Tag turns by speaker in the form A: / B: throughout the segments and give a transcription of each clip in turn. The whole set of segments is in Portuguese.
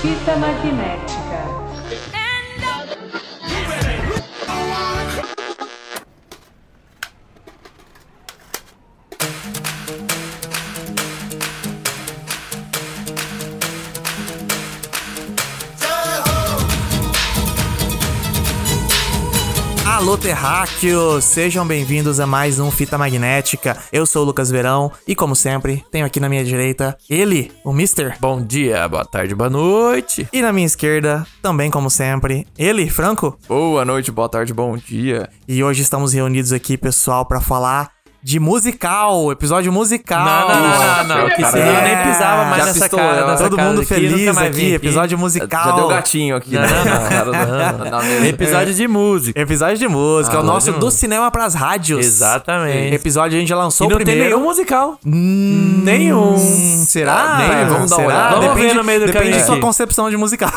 A: Fita magnética.
B: Alô, terráqueos! Sejam bem-vindos a mais um Fita Magnética. Eu sou o Lucas Verão e, como sempre, tenho aqui na minha direita ele, o Mister.
C: Bom dia, boa tarde, boa noite.
B: E na minha esquerda, também como sempre, ele, Franco.
C: Boa noite, boa tarde, bom dia.
B: E hoje estamos reunidos aqui, pessoal, pra falar de musical, episódio musical. Cara,
C: que isso aí
B: é.
C: eu nem pisava mais
B: Já
C: nessa
B: pistola,
C: cara. nessa
B: Todo
C: casa
B: mundo
C: aqui,
B: feliz
C: nunca
B: aqui,
C: mais vim
B: episódio musical.
C: né? Já deu gatinho aqui. né? Na mesa.
D: Episódio de música.
B: Episódio de música, é o
D: Ah,
B: nosso
D: de
B: do
D: música.
B: cinema pras rádios.
D: Exatamente.
B: Episódio a gente já lançou
D: E não
B: o primeiro.
D: tem nenhum musical. Ah,
B: Nenhum. Será?
C: Nenhum.
B: Pai, Vamos dar uma
C: Será?
B: olhada.
D: Vamos ver
B: depende,
D: no meio do
B: Depende
D: caminho
B: da sua
D: aqui. Né?
B: concepção de musical.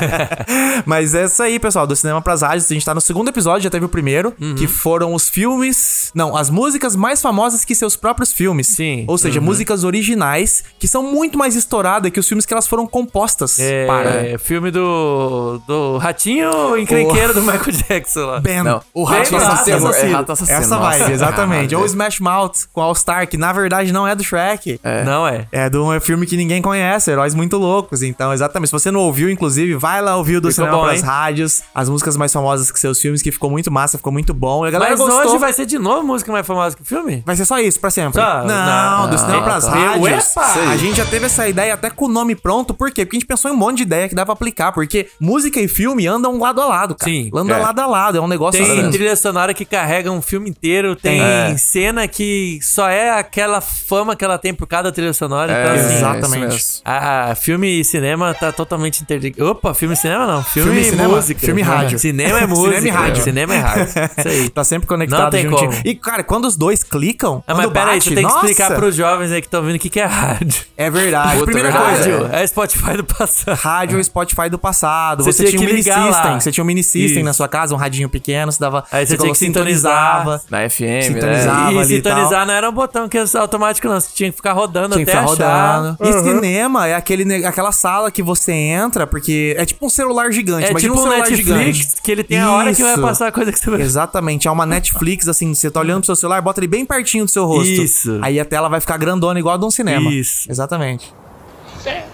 B: Mas é isso aí, pessoal. Do Cinema Pras Rádios. A gente tá no segundo episódio, já teve o primeiro.
D: Uhum.
B: Que foram os filmes... Não, as músicas mais famosas que seus próprios filmes.
D: Sim. Uhum.
B: Ou seja, músicas originais que são muito mais estouradas que os filmes que elas foram compostas
D: É,
B: para.
D: filme do, do ratinho encrenqueiro do Michael Jackson lá.
B: Ben,
C: Não.
B: o Rato
C: Ben,
B: Assassino.
C: Rato Assassino. É, Rato Assassino.
B: Essa
C: Nossa,
B: vibe, exatamente.
C: caralho.
B: Ou Smash Mouth com All Star, que na verdade não é do Shrek.
D: Não é.
B: É de um filme que ninguém conhece, Heróis Muito Loucos. Então, exatamente. Se você não ouviu, inclusive, vai lá ouvir o do
D: Ficou
B: Cinema
D: bom,
B: pras
D: hein?
B: Rádios, as músicas mais famosas que seus filmes, que ficou muito massa, ficou muito bom. E a galera
D: Mas
B: gostou.
D: hoje vai ser de novo música mais famosa que o filme?
B: Vai ser só isso, pra sempre.
D: Tá,
B: não,
D: não,
B: do Cinema
D: tá,
B: pras
D: tá.
B: Rádios.
D: Epa!
B: A gente já teve essa ideia até com o nome pronto. Por quê? Porque a gente pensou em um monte de ideia que dá pra aplicar. Porque música e filme andam lado a lado, cara.
D: Sim.
B: Andam
C: É.
B: lado a lado. É um negócio...
D: Tem
B: assim,
D: trilha sonora que carrega um filme inteiro, tem
B: É.
D: cena que só é aquela fama que ela tem por cada trilha sonora.
C: É,
D: então, assim,
B: exatamente.
C: isso mesmo.
D: A, a Ah, filme e cinema tá totalmente interligado. Opa, filme e cinema não. Filme,
B: Filme e
D: e
B: cinema,
D: música.
B: filme e rádio.
D: Cinema é
B: Cinema e
D: música.
B: rádio.
D: Cinema e rádio. Isso aí.
B: Tá sempre conectado
D: Não tem
B: juntinho.
D: como.
B: E, cara, quando os dois clicam,
D: Ah,
B: quando
D: mas peraí,
B: bate,
D: você tem que
B: nossa,
D: explicar pros jovens aí que estão vendo o que, que é rádio.
B: É verdade.
C: Puta,
B: Primeira
C: é verdade.
B: coisa,
D: Rádio é Spotify do passado.
B: rádio ou Spotify do passado. Você,
D: Você
B: tinha
D: tinha
B: um
D: que
B: mini
D: ligar
B: system.
D: lá.
B: Você tinha um mini system
D: Isso.
B: na sua casa, um radinho pequeno, você dava.
D: Aí você tinha
B: colocava-
D: que sintonizar.
C: Na FM,
B: Sintonizar.
C: né?
B: Tava
D: E
B: ali e
D: sintonizar não era um botão que é automático, não. Você tinha que ficar rodando
B: Tinha que
D: até
B: ficar
D: achar.
B: rodando. E cinema é aquele, ne- aquela sala que você entra, porque é tipo um celular gigante.
D: É
B: Imagina
D: tipo
B: um
D: um
B: celular
D: Netflix
B: gigante.
D: que ele tem a hora que vai
B: Isso.
D: passar a coisa que você vai
B: Exatamente, é uma Netflix, assim, você tá olhando pro seu celular, bota ele bem pertinho do seu rosto.
D: Isso.
B: Aí a tela vai ficar grandona, igual a de um cinema.
D: Isso.
B: Exatamente.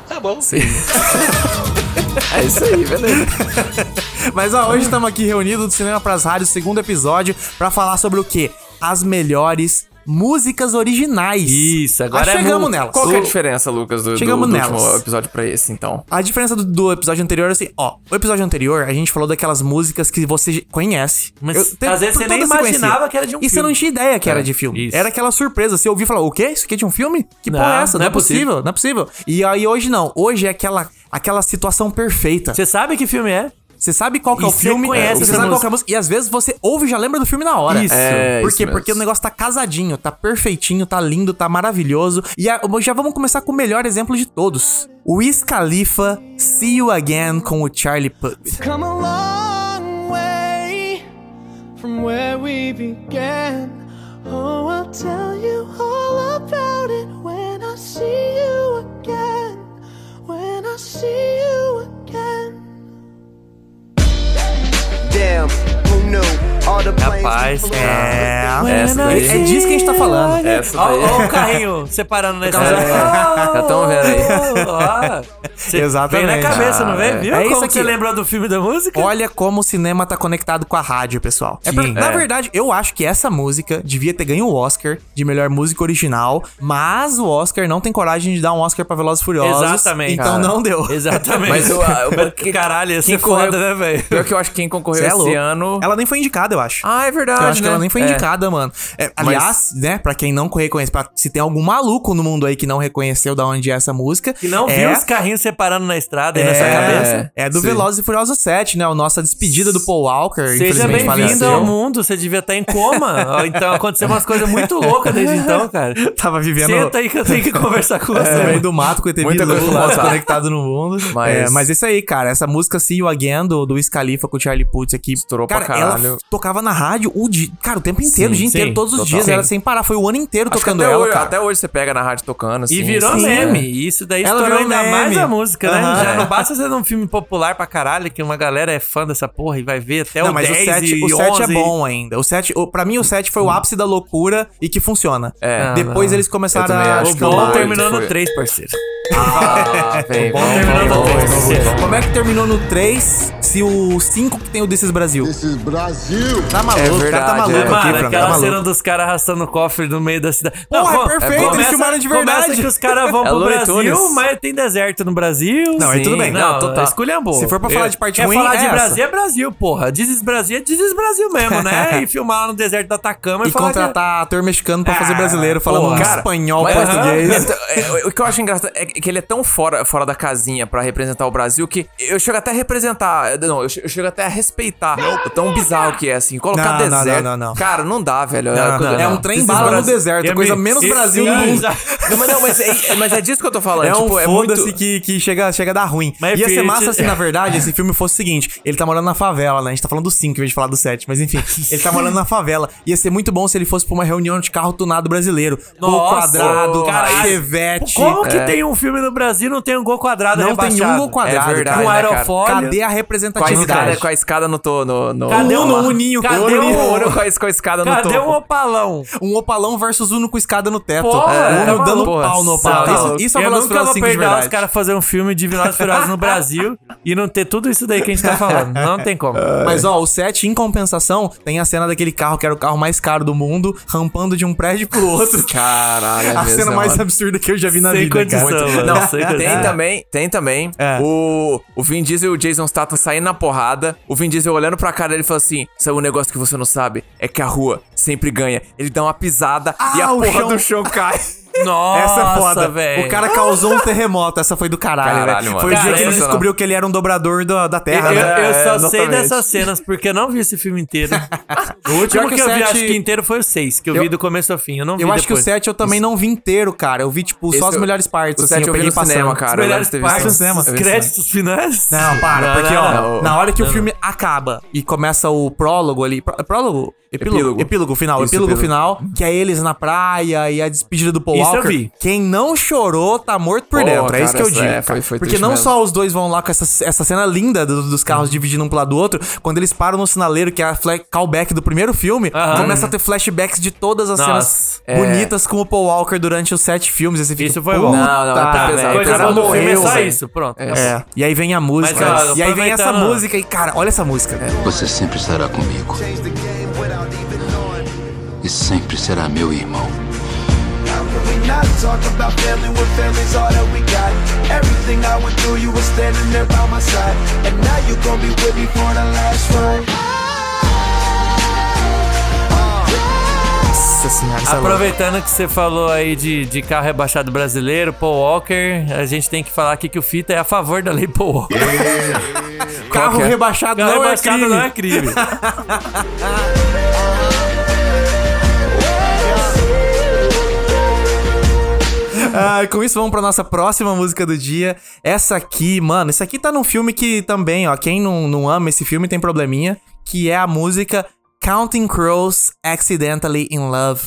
B: Tá
C: É isso aí, beleza.
B: Mas ó, hoje estamos aqui reunidos do Cinema Pras Rádios, segundo episódio, pra falar sobre o quê? As melhores músicas originais.
D: Isso, agora
B: Ah,
D: é
B: chegamos
D: mu-
B: nelas.
C: Qual que é a
B: O-
C: diferença, Lucas, do, do, do
B: Chegamos
C: último
B: nelas.
C: episódio pra esse, então?
B: A diferença do, do episódio anterior é assim, ó, o episódio anterior a gente falou daqulas músicas que você conhece.
D: Mas
B: te-
D: às vezes
B: por
D: você nem
B: toda a sequência.
D: imaginava que era de um
B: E você
D: filme.
B: não tinha ideia que era de filme.
D: isso.
B: Era aquela surpresa, você ouvia e falava, o quê? Isso aqui é de um filme? Que
D: Não,
B: porra é essa? Não,
D: não
B: é
D: é possível.
B: possível, não é possível. E aí hoje não, hoje é aquela, aquela situação perfeita.
D: Você sabe que filme é?
B: Você sabe qual que é o
D: E você
B: filme,
D: conhece
B: você
D: essa
B: sabe qual que é
D: música.
B: a música, e às vezes você ouve e já lembra do filme na hora.
D: Isso.
C: É,
B: Por
C: isso
B: quê?
C: mesmo.
B: Porque o negócio tá casadinho, tá perfeitinho, tá lindo, tá maravilhoso. E a- já vamos começar com o melhor exemplo de todos. O Wiz Khalifa, See You Again com o Charlie Puth.
E: come a long way from where we began. Oh, I'll tell you all about it when I see you again. When I see you again.
F: Damn, who knew all the planes
D: Rapaz,
F: we flew?
B: É.
C: Essa daí.
B: É disso que a gente tá falando.
C: Essa daí.
D: Olha o carrinho separando
B: É.
D: nesse.
C: Já tão vendo aí.
D: aí.
B: Exatamente.
D: Vem na cabeça,
C: Ah,
D: não
C: é.
D: vem? Viu
B: É
D: como
B: isso aqui.
D: você lembrou do filme da música?
B: Olha como o cinema tá conectado com a rádio, pessoal. É porque, Na
C: É.
B: verdade, eu acho que essa música devia ter ganho o Oscar de melhor música original, mas o Oscar não tem coragem de dar um Oscar pra Velozes e Furiosos.
D: Exatamente.
B: Então
C: cara.
B: não deu.
D: Exatamente.
C: Mas eu- eu-
D: Caralho, ia ser
C: correu-
D: foda, né, velho?
C: Pior que eu acho que quem concorreu
B: Cê é
C: esse
B: louco.
C: ano...
B: Ela nem foi indicada, eu eu acho.
D: Ah, é verdade.
B: Eu acho que
D: né?
B: ela nem foi
D: É.
B: indicada, mano. É, aliás, né, pra quem não reconhece, pra, se tem algum maluco no mundo aí que não reconheceu da onde é essa música.
D: Que não
B: é,
D: viu os carrinhos separando na estrada e na sua cabeça.
B: é, é do
C: Sim.
B: Velozes e Furiosos 7, né? A nossa despedida do Paul Walker.
D: Seja
B: infelizmente
D: bem-vindo
B: faleceu.
D: ao mundo, você devia estar em coma. Então aconteceu umas coisas muito loucas desde então, cara.
B: Tava vivendo
D: Senta aí que eu tenho que conversar com
B: no meio
D: você.
B: do mato com o ET
C: Muita coisa pra
B: Bilu,
C: contar.
B: conectado no mundo.
C: Mas-
B: É, mas isso aí, cara. Essa música See You Again do, do Scalifa com o Charlie Puth aqui.
C: Estourou
B: cara,
C: pra
B: ela
C: caralho.
B: tocava na rádio o dia, cara, o tempo inteiro, o dia
D: sim,
B: inteiro, todos os
C: total.
B: dias,
C: Sim.
B: era sem parar. Foi o ano inteiro
C: Acho que
B: tocando
C: até,
B: ela,
C: hoje,
B: cara.
C: até hoje você pega na rádio tocando, assim.
D: E virou
C: sim,
D: meme.
C: é.
D: E isso daí
B: Ela
D: estourou
B: virou
D: ainda
B: meme.
D: mais a música, né?
B: Aham.
D: Já não basta ser um filme popular pra caralho, que uma galera é fã dessa porra e vai ver até
B: Não,
D: É o
B: mas
D: 10
B: o 7,
D: e
B: o 7 é
D: 11.
B: bom ainda. O 7, o, pra mim, o 7 foi o ápice da loucura e que funciona.
C: É.
B: Depois
D: não.
B: eles começaram
C: Eu também
B: a.
C: acho
D: O
C: que o
D: bom
C: oito
D: terminou
C: foi-
D: no 3, parceiro.
C: Ah, vem,
D: Bom
C: vamos,
D: terminou no
C: vamos,
D: 3,
C: vamos,
D: parceiro.
B: Como é que terminou no 3 se o 5 que tem o desses Brasil?
G: This is Brazil.
B: Tá maluco, o cara tá
C: verdade,
B: maluco
C: é.
B: aqui,
D: Né, Mano,
B: Fran, tá
D: aquela
B: maluco.
D: cena dos caras arrastando o cofre no meio da cidade. Não,
B: Porra, é
D: bom,
B: perfeito,
D: bom.
B: eles filmaram de verdade.
D: Começa que os caras vão
C: É
D: pro
C: Looney
D: Brasil,
C: Tunes.
D: mas tem deserto no Brasil.
B: Não, aí tudo bem.
D: Não,
B: Não, total.
D: total. escolha é boa.
B: Se for pra falar de parte
D: Quer
B: ruim,
D: falar
B: é
D: de
B: essa.
D: Brasil, é Brasil, porra. Dizes Brasil é dizes Brasil mesmo, né? E filmar lá no deserto da Atacama e,
B: E
D: falar que-
B: contratar ator mexicano pra fazer
D: Ah,
B: brasileiro, falando um
D: porra.
B: espanhol,
C: Mas-
B: português.
C: É, é, o que eu acho engraçado é que ele é tão fora, fora da casinha pra representar o Brasil que eu chego até a representar. Não, eu che- eu chego até a respeitar. É tão bizarro que é assim.
B: Não,
C: Colocar
B: não,
C: deserto.
B: não, não, não.
C: Cara, não dá, velho.
B: Não, não,
C: Quando-
B: não. É um trem bala no
C: Brasil-
B: deserto, a
D: Ia
B: coisa
D: me-
B: menos
D: Esse
B: Brasil do
C: né?
D: ano-
B: mundo.
C: Não, mas não, mas é, mas é disso que eu tô falando.
B: É um
C: tipo, é
B: foda-se
C: muito.
B: que, que chega, chega a dar ruim.
D: Mas é
B: Ia ser
D: Fiat-
B: massa se, na verdade, esse filme fosse o seguinte: ele tá morando na favela, né? A gente tá falando do 5 em vez de falar do 7, mas enfim, ele tá morando na favela. Ia ser muito bom se ele fosse pra uma reunião de carro tunado brasileiro. Gol
D: Nossa,
B: quadrado,
D: caralho.
B: chevette. É.
D: Como que tem um filme no Brasil e não tem um gol quadrado
B: tipo, Não tem
D: rebaixado?
B: um gol quadrado.
C: É verdade,
D: Um
B: cara.
C: né, cara?
D: aerofólio.
B: Cadê a
C: Com a escada,
B: representatividade?
C: com a escada no. to- no, no
D: Cadê o
C: no-
B: Uninho?
C: Cadê
B: Cadê
C: o
B: o-
C: Uno com a, es- com a escada no
D: Cadê
C: topo?
D: um opalão?
B: Um opalão versus Uno com escada no teto.
D: Porra,
B: o Uno
D: tá
B: dando
C: maluco.
B: pau no
C: Tá
B: opalão.
C: maluco.
B: Isso, isso é
D: eu
B: Velozes e
D: nunca
B: Furiosos 5
D: vou
B: de
D: perdoar os
B: verdade.
D: caras fazer um filme de Velozes e Furiosos no Brasil e não ter tudo isso daí que a gente tá falando. Não tem como.
B: Mas ó, o 7, em compensação, tem a cena daquele carro que era o carro mais caro do mundo, rampando de um prédio pro outro.
C: Caralho, é
B: a
C: mesmo,
B: cena mais
C: mano.
B: absurda que eu já vi na
D: Sem
B: vida, cara.
D: condição, mano.
C: Não,
D: Sem
C: tem
D: condição.
C: também, tem também
B: É.
C: o, o Vin Diesel e o Jason Statham saindo na porrada, o Vin Diesel olhando pra cara dele e fala assim, sabe um negócio que você não sabe? É que a rua sempre ganha. Ele dá uma pisada e a
B: Ah, o
C: porra
B: chão-
C: do chão cai.
D: Nossa,
B: Essa é foda.
D: velho.
B: O cara causou um terremoto. Essa foi do caralho,
C: Caralho,
B: velho.
C: mano.
B: Foi o dia
D: Cara,
B: que ele
D: eu-
B: descobriu que ele era um dobrador da, da
D: Eu,
B: terra, né?
D: eu só
C: É,
D: sei
C: exatamente.
D: dessas cenas porque eu não vi esse filme inteiro. o último
B: que
D: que,
B: o
D: eu vi,
B: sete-
D: acho que inteiro, foi o 6, que eu, vi do começo ao fim. Eu não vi
B: Eu acho que o
D: depois.
B: 7 eu também não vi inteiro, cara. Eu vi, tipo,
C: Esse
B: só as
C: eu-
B: melhores partes.
C: o
B: assim, eu
C: sete eu vi
B: peguei
C: no
B: passando.
C: cinema, cara.
D: As
C: Eu lembro
D: melhores
C: de ter visto
D: partes,
B: isso. Eu
D: os
B: vi isso, né?
D: créditos finais.
B: Não, para, porque ó,
C: não.
B: na hora que o filme acaba e começa o prólogo ali, pró- prólogo, epílogo, epílogo,
C: Epílogo.
B: final,
C: Isso,
B: epílogo,
C: epílogo. Uhum.
B: final, que é eles na praia e a despedida do Paul
D: Isso eu
B: Walker.
D: vi.
B: Quem não chorou tá morto por
C: Pô,
B: dentro, é
C: cara,
B: isso que eu
C: isso
B: digo.
C: é,
B: cara.
C: foi- foi
B: porque
C: triste
B: não
C: mesmo.
B: só os dois vão lá com essa, essa cena linda do- dos carros dividindo um pro lado do outro, quando eles param no sinaleiro, que é a fla- callback do primeiro filme,
D: Aham.
B: começa a ter flashbacks de todas as cenas
D: Nossa,
C: é.
B: bonitas com o Paul Walker durante os sete filmes. Esse
D: Isso foi bom.
C: Não, não, tá pesado,
D: Coisa
C: pesado.
D: boa do filme é
C: Morreu,
D: só
C: velho.
D: isso, pronto.
B: É, e aí vem a música.
D: Mas, ó,
B: e aí vem essa
D: aproveitando-
B: música e, cara, olha essa música.
H: Você sempre estará comigo
F: Change the game without even knowing.
H: e sempre será meu irmão.
F: How can we not talk about family when family's all that we got? Everything I went through, you were standing there by my side. And now you gon' be with me for the last ride.
B: Nossa senhora, isso é louco.
D: Aproveitando que você falou aí de, de carro rebaixado brasileiro, Paul Walker, a gente tem que falar aqui que o Fita é a favor da lei Paul Walker.
B: Carro
C: que é?
B: rebaixado
D: Carro
B: não é
D: rebaixado
B: crime.
D: não é crime.
B: Ah, com isso, vamos pra nossa próxima música do dia. Essa aqui, mano, isso aqui tá num filme que também, ó, quem não, não ama esse filme tem probleminha, que é a música Counting Crows Accidentally in Love.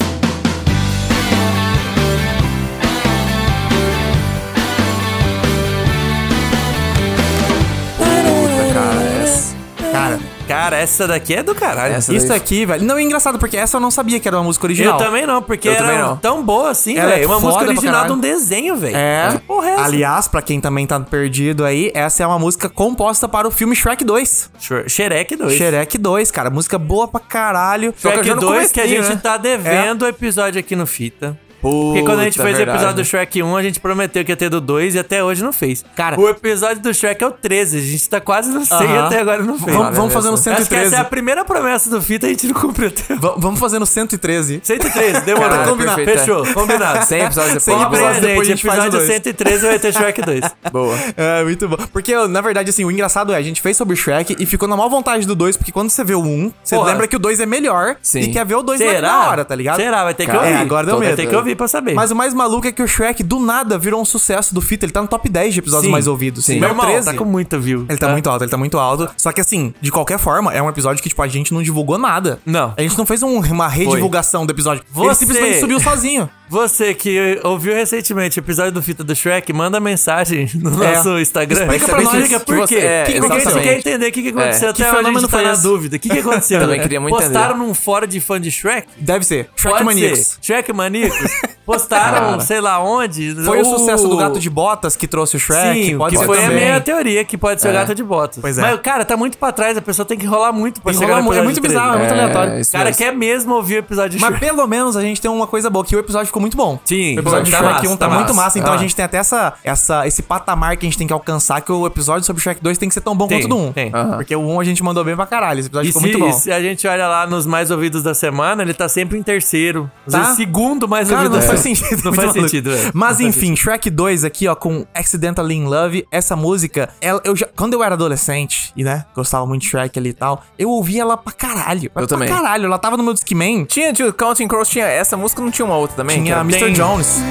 C: Puta, cara, essa,
B: Cara,
D: Cara, essa daqui é do caralho.
C: essa
B: isso
C: daí-
B: aqui, velho. Não, é engraçado, porque essa eu não sabia que era uma música
D: Eu
B: original.
D: também não, porque
C: Eu
D: era
C: também não.
D: tão boa assim,
B: Ela é
D: velho. É uma
B: foda
D: música
B: pra
D: original de
B: caralho.
D: um desenho, velho.
B: É.
D: Que porra é essa?
B: Aliás, pra quem também tá perdido aí, essa é uma música composta para o filme Shrek 2.
D: Shre- Shrek 2.
B: Shrek 2, cara. Música boa pra caralho.
D: Shrek
B: Toca já no
D: 2 que a
B: comecinho,
D: gente
B: né?
D: tá
B: É.
D: devendo o episódio aqui no Fita. Porque quando a gente
C: Puta,
D: fez
C: verdade.
D: o episódio do Shrek 1, a gente prometeu que ia ter do 2 e até hoje não fez.
B: Cara-
D: o episódio do Shrek é o 13. A gente tá quase no 100 e
B: Aham.
D: até agora não fez.
B: Vamos, vamos fazer um no
D: Acho que
B: 113.
D: essa é a primeira promessa do Fita e a gente não cumpriu até agora.
B: Va- Vamos fazer no 113.
D: 113, demorou.
C: Cara,
D: combinado.
C: perfeito, é.
D: Fechou, combinado.
C: 100 episódios depois.
D: Sem
C: Boa, boa.
D: presente,
B: Depois a gente faz o
D: episódio
B: dois.
D: 113 vai ter Shrek 2.
C: Boa.
B: É, muito bom. Porque, na verdade, assim, o engraçado é, a gente fez sobre o Shrek e ficou na maior vontade do 2, porque quando você vê o 1, você
D: Porra.
B: lembra que o 2 é melhor
C: Sim.
B: e quer ver o 2 na
D: Será?
B: na hora, tá ligado?
D: Será? Vai ter que
C: Cara,
D: ouvir.
B: é, agora deu
D: Vai
B: medo.
D: ter que ouvir pra saber.
B: Mas o mais maluco é que o Shrek, do nada, virou um sucesso do Fita. Ele tá no top 10 de episódios
D: Sim,
B: mais ouvidos.
D: Sim.
B: Não
D: Meu irmão,
B: 13.
D: tá com muita view.
B: Ele tá muito alto, ele tá muito alto. Só que assim, de qualquer forma, é um episódio que, tipo, a gente não divulgou nada.
D: Não.
B: A gente não fez um- uma redivulgação do episódio. Ele
D: Você-
B: simplesmente subiu sozinho.
D: Você que ouviu recentemente o episódio do Fita do Shrek, manda mensagem no
B: É.
D: nosso Instagram.
B: Explica pra nós
D: Explica
B: que
D: por
C: você-
D: quê.
C: é,
D: Que- porque a gente
C: exatamente.
D: quer entender o que, que aconteceu
C: É.
D: até
C: Que
D: agora. A
C: fenômeno
D: gente tá
C: foi
D: na
C: esse?
D: dúvida. O que, que aconteceu?
C: Também queria muito
D: Postaram num fora de fã de Shrek?
B: Deve ser. Shrek
D: Pode
B: Maníacos.
D: ser. Shrek Maníacos. Postaram,
C: Cara.
D: sei lá onde.
B: Foi o sucesso do Gato de Botas que trouxe o Shrek.
D: Sim,
B: pode
D: que
B: ser
D: foi
B: também.
D: a minha teoria, que pode ser o gato de botas.
B: Pois é.
D: Mas, cara, tá muito pra trás, a pessoa tem que rolar muito pra
B: Enrola
D: chegar no
B: mu- é
D: episódio
B: muito
D: 13.
B: bizarro, é muito aleatório.
C: isso
D: Cara,
C: mesmo.
D: quer mesmo ouvir o episódio de
B: Mas
D: Shrek?
B: pelo menos a gente tem uma coisa boa, que o episódio ficou muito bom.
D: Sim,
B: o episódio de
D: tá
B: Shrek
D: massa,
B: 1 tá,
D: tá
B: muito massa,
D: massa,
B: então
D: tá
B: a gente tem até essa, essa, esse patamar que a gente tem que alcançar, que o episódio sobre Shrek 2 tem que ser tão bom
D: Tem,
B: quanto o do 1.
D: tem.
B: Aham. Porque o 1 a gente mandou bem pra caralho, esse episódio
D: E se,
B: ficou muito
D: e
B: bom.
D: se a gente olha lá nos mais ouvidos da semana, ele tá sempre em terceiro. Às
B: Tá.
D: vezes segundo mais
B: Cara, assim,
D: ouvido
B: não
D: da
B: faz
D: semana.
B: sentido.
D: é. Não
B: muito
D: faz
B: maluco.
D: sentido, é.
B: Mas
D: Não faz
B: enfim, Shrek 2 aqui, ó, com Accidentally in Love. Essa música, ela, eu já, quando eu era adolescente, e né, gostava muito de Shrek ali e tal, eu ouvia ela pra caralho. Eu pra
C: também.
B: caralho, ela tava no meu Discman,
C: Tinha, tinha, o Counting Crows tinha essa música, não tinha uma outra também?
B: tinha
C: cara?
B: Mr.
C: Tem.
B: Jones.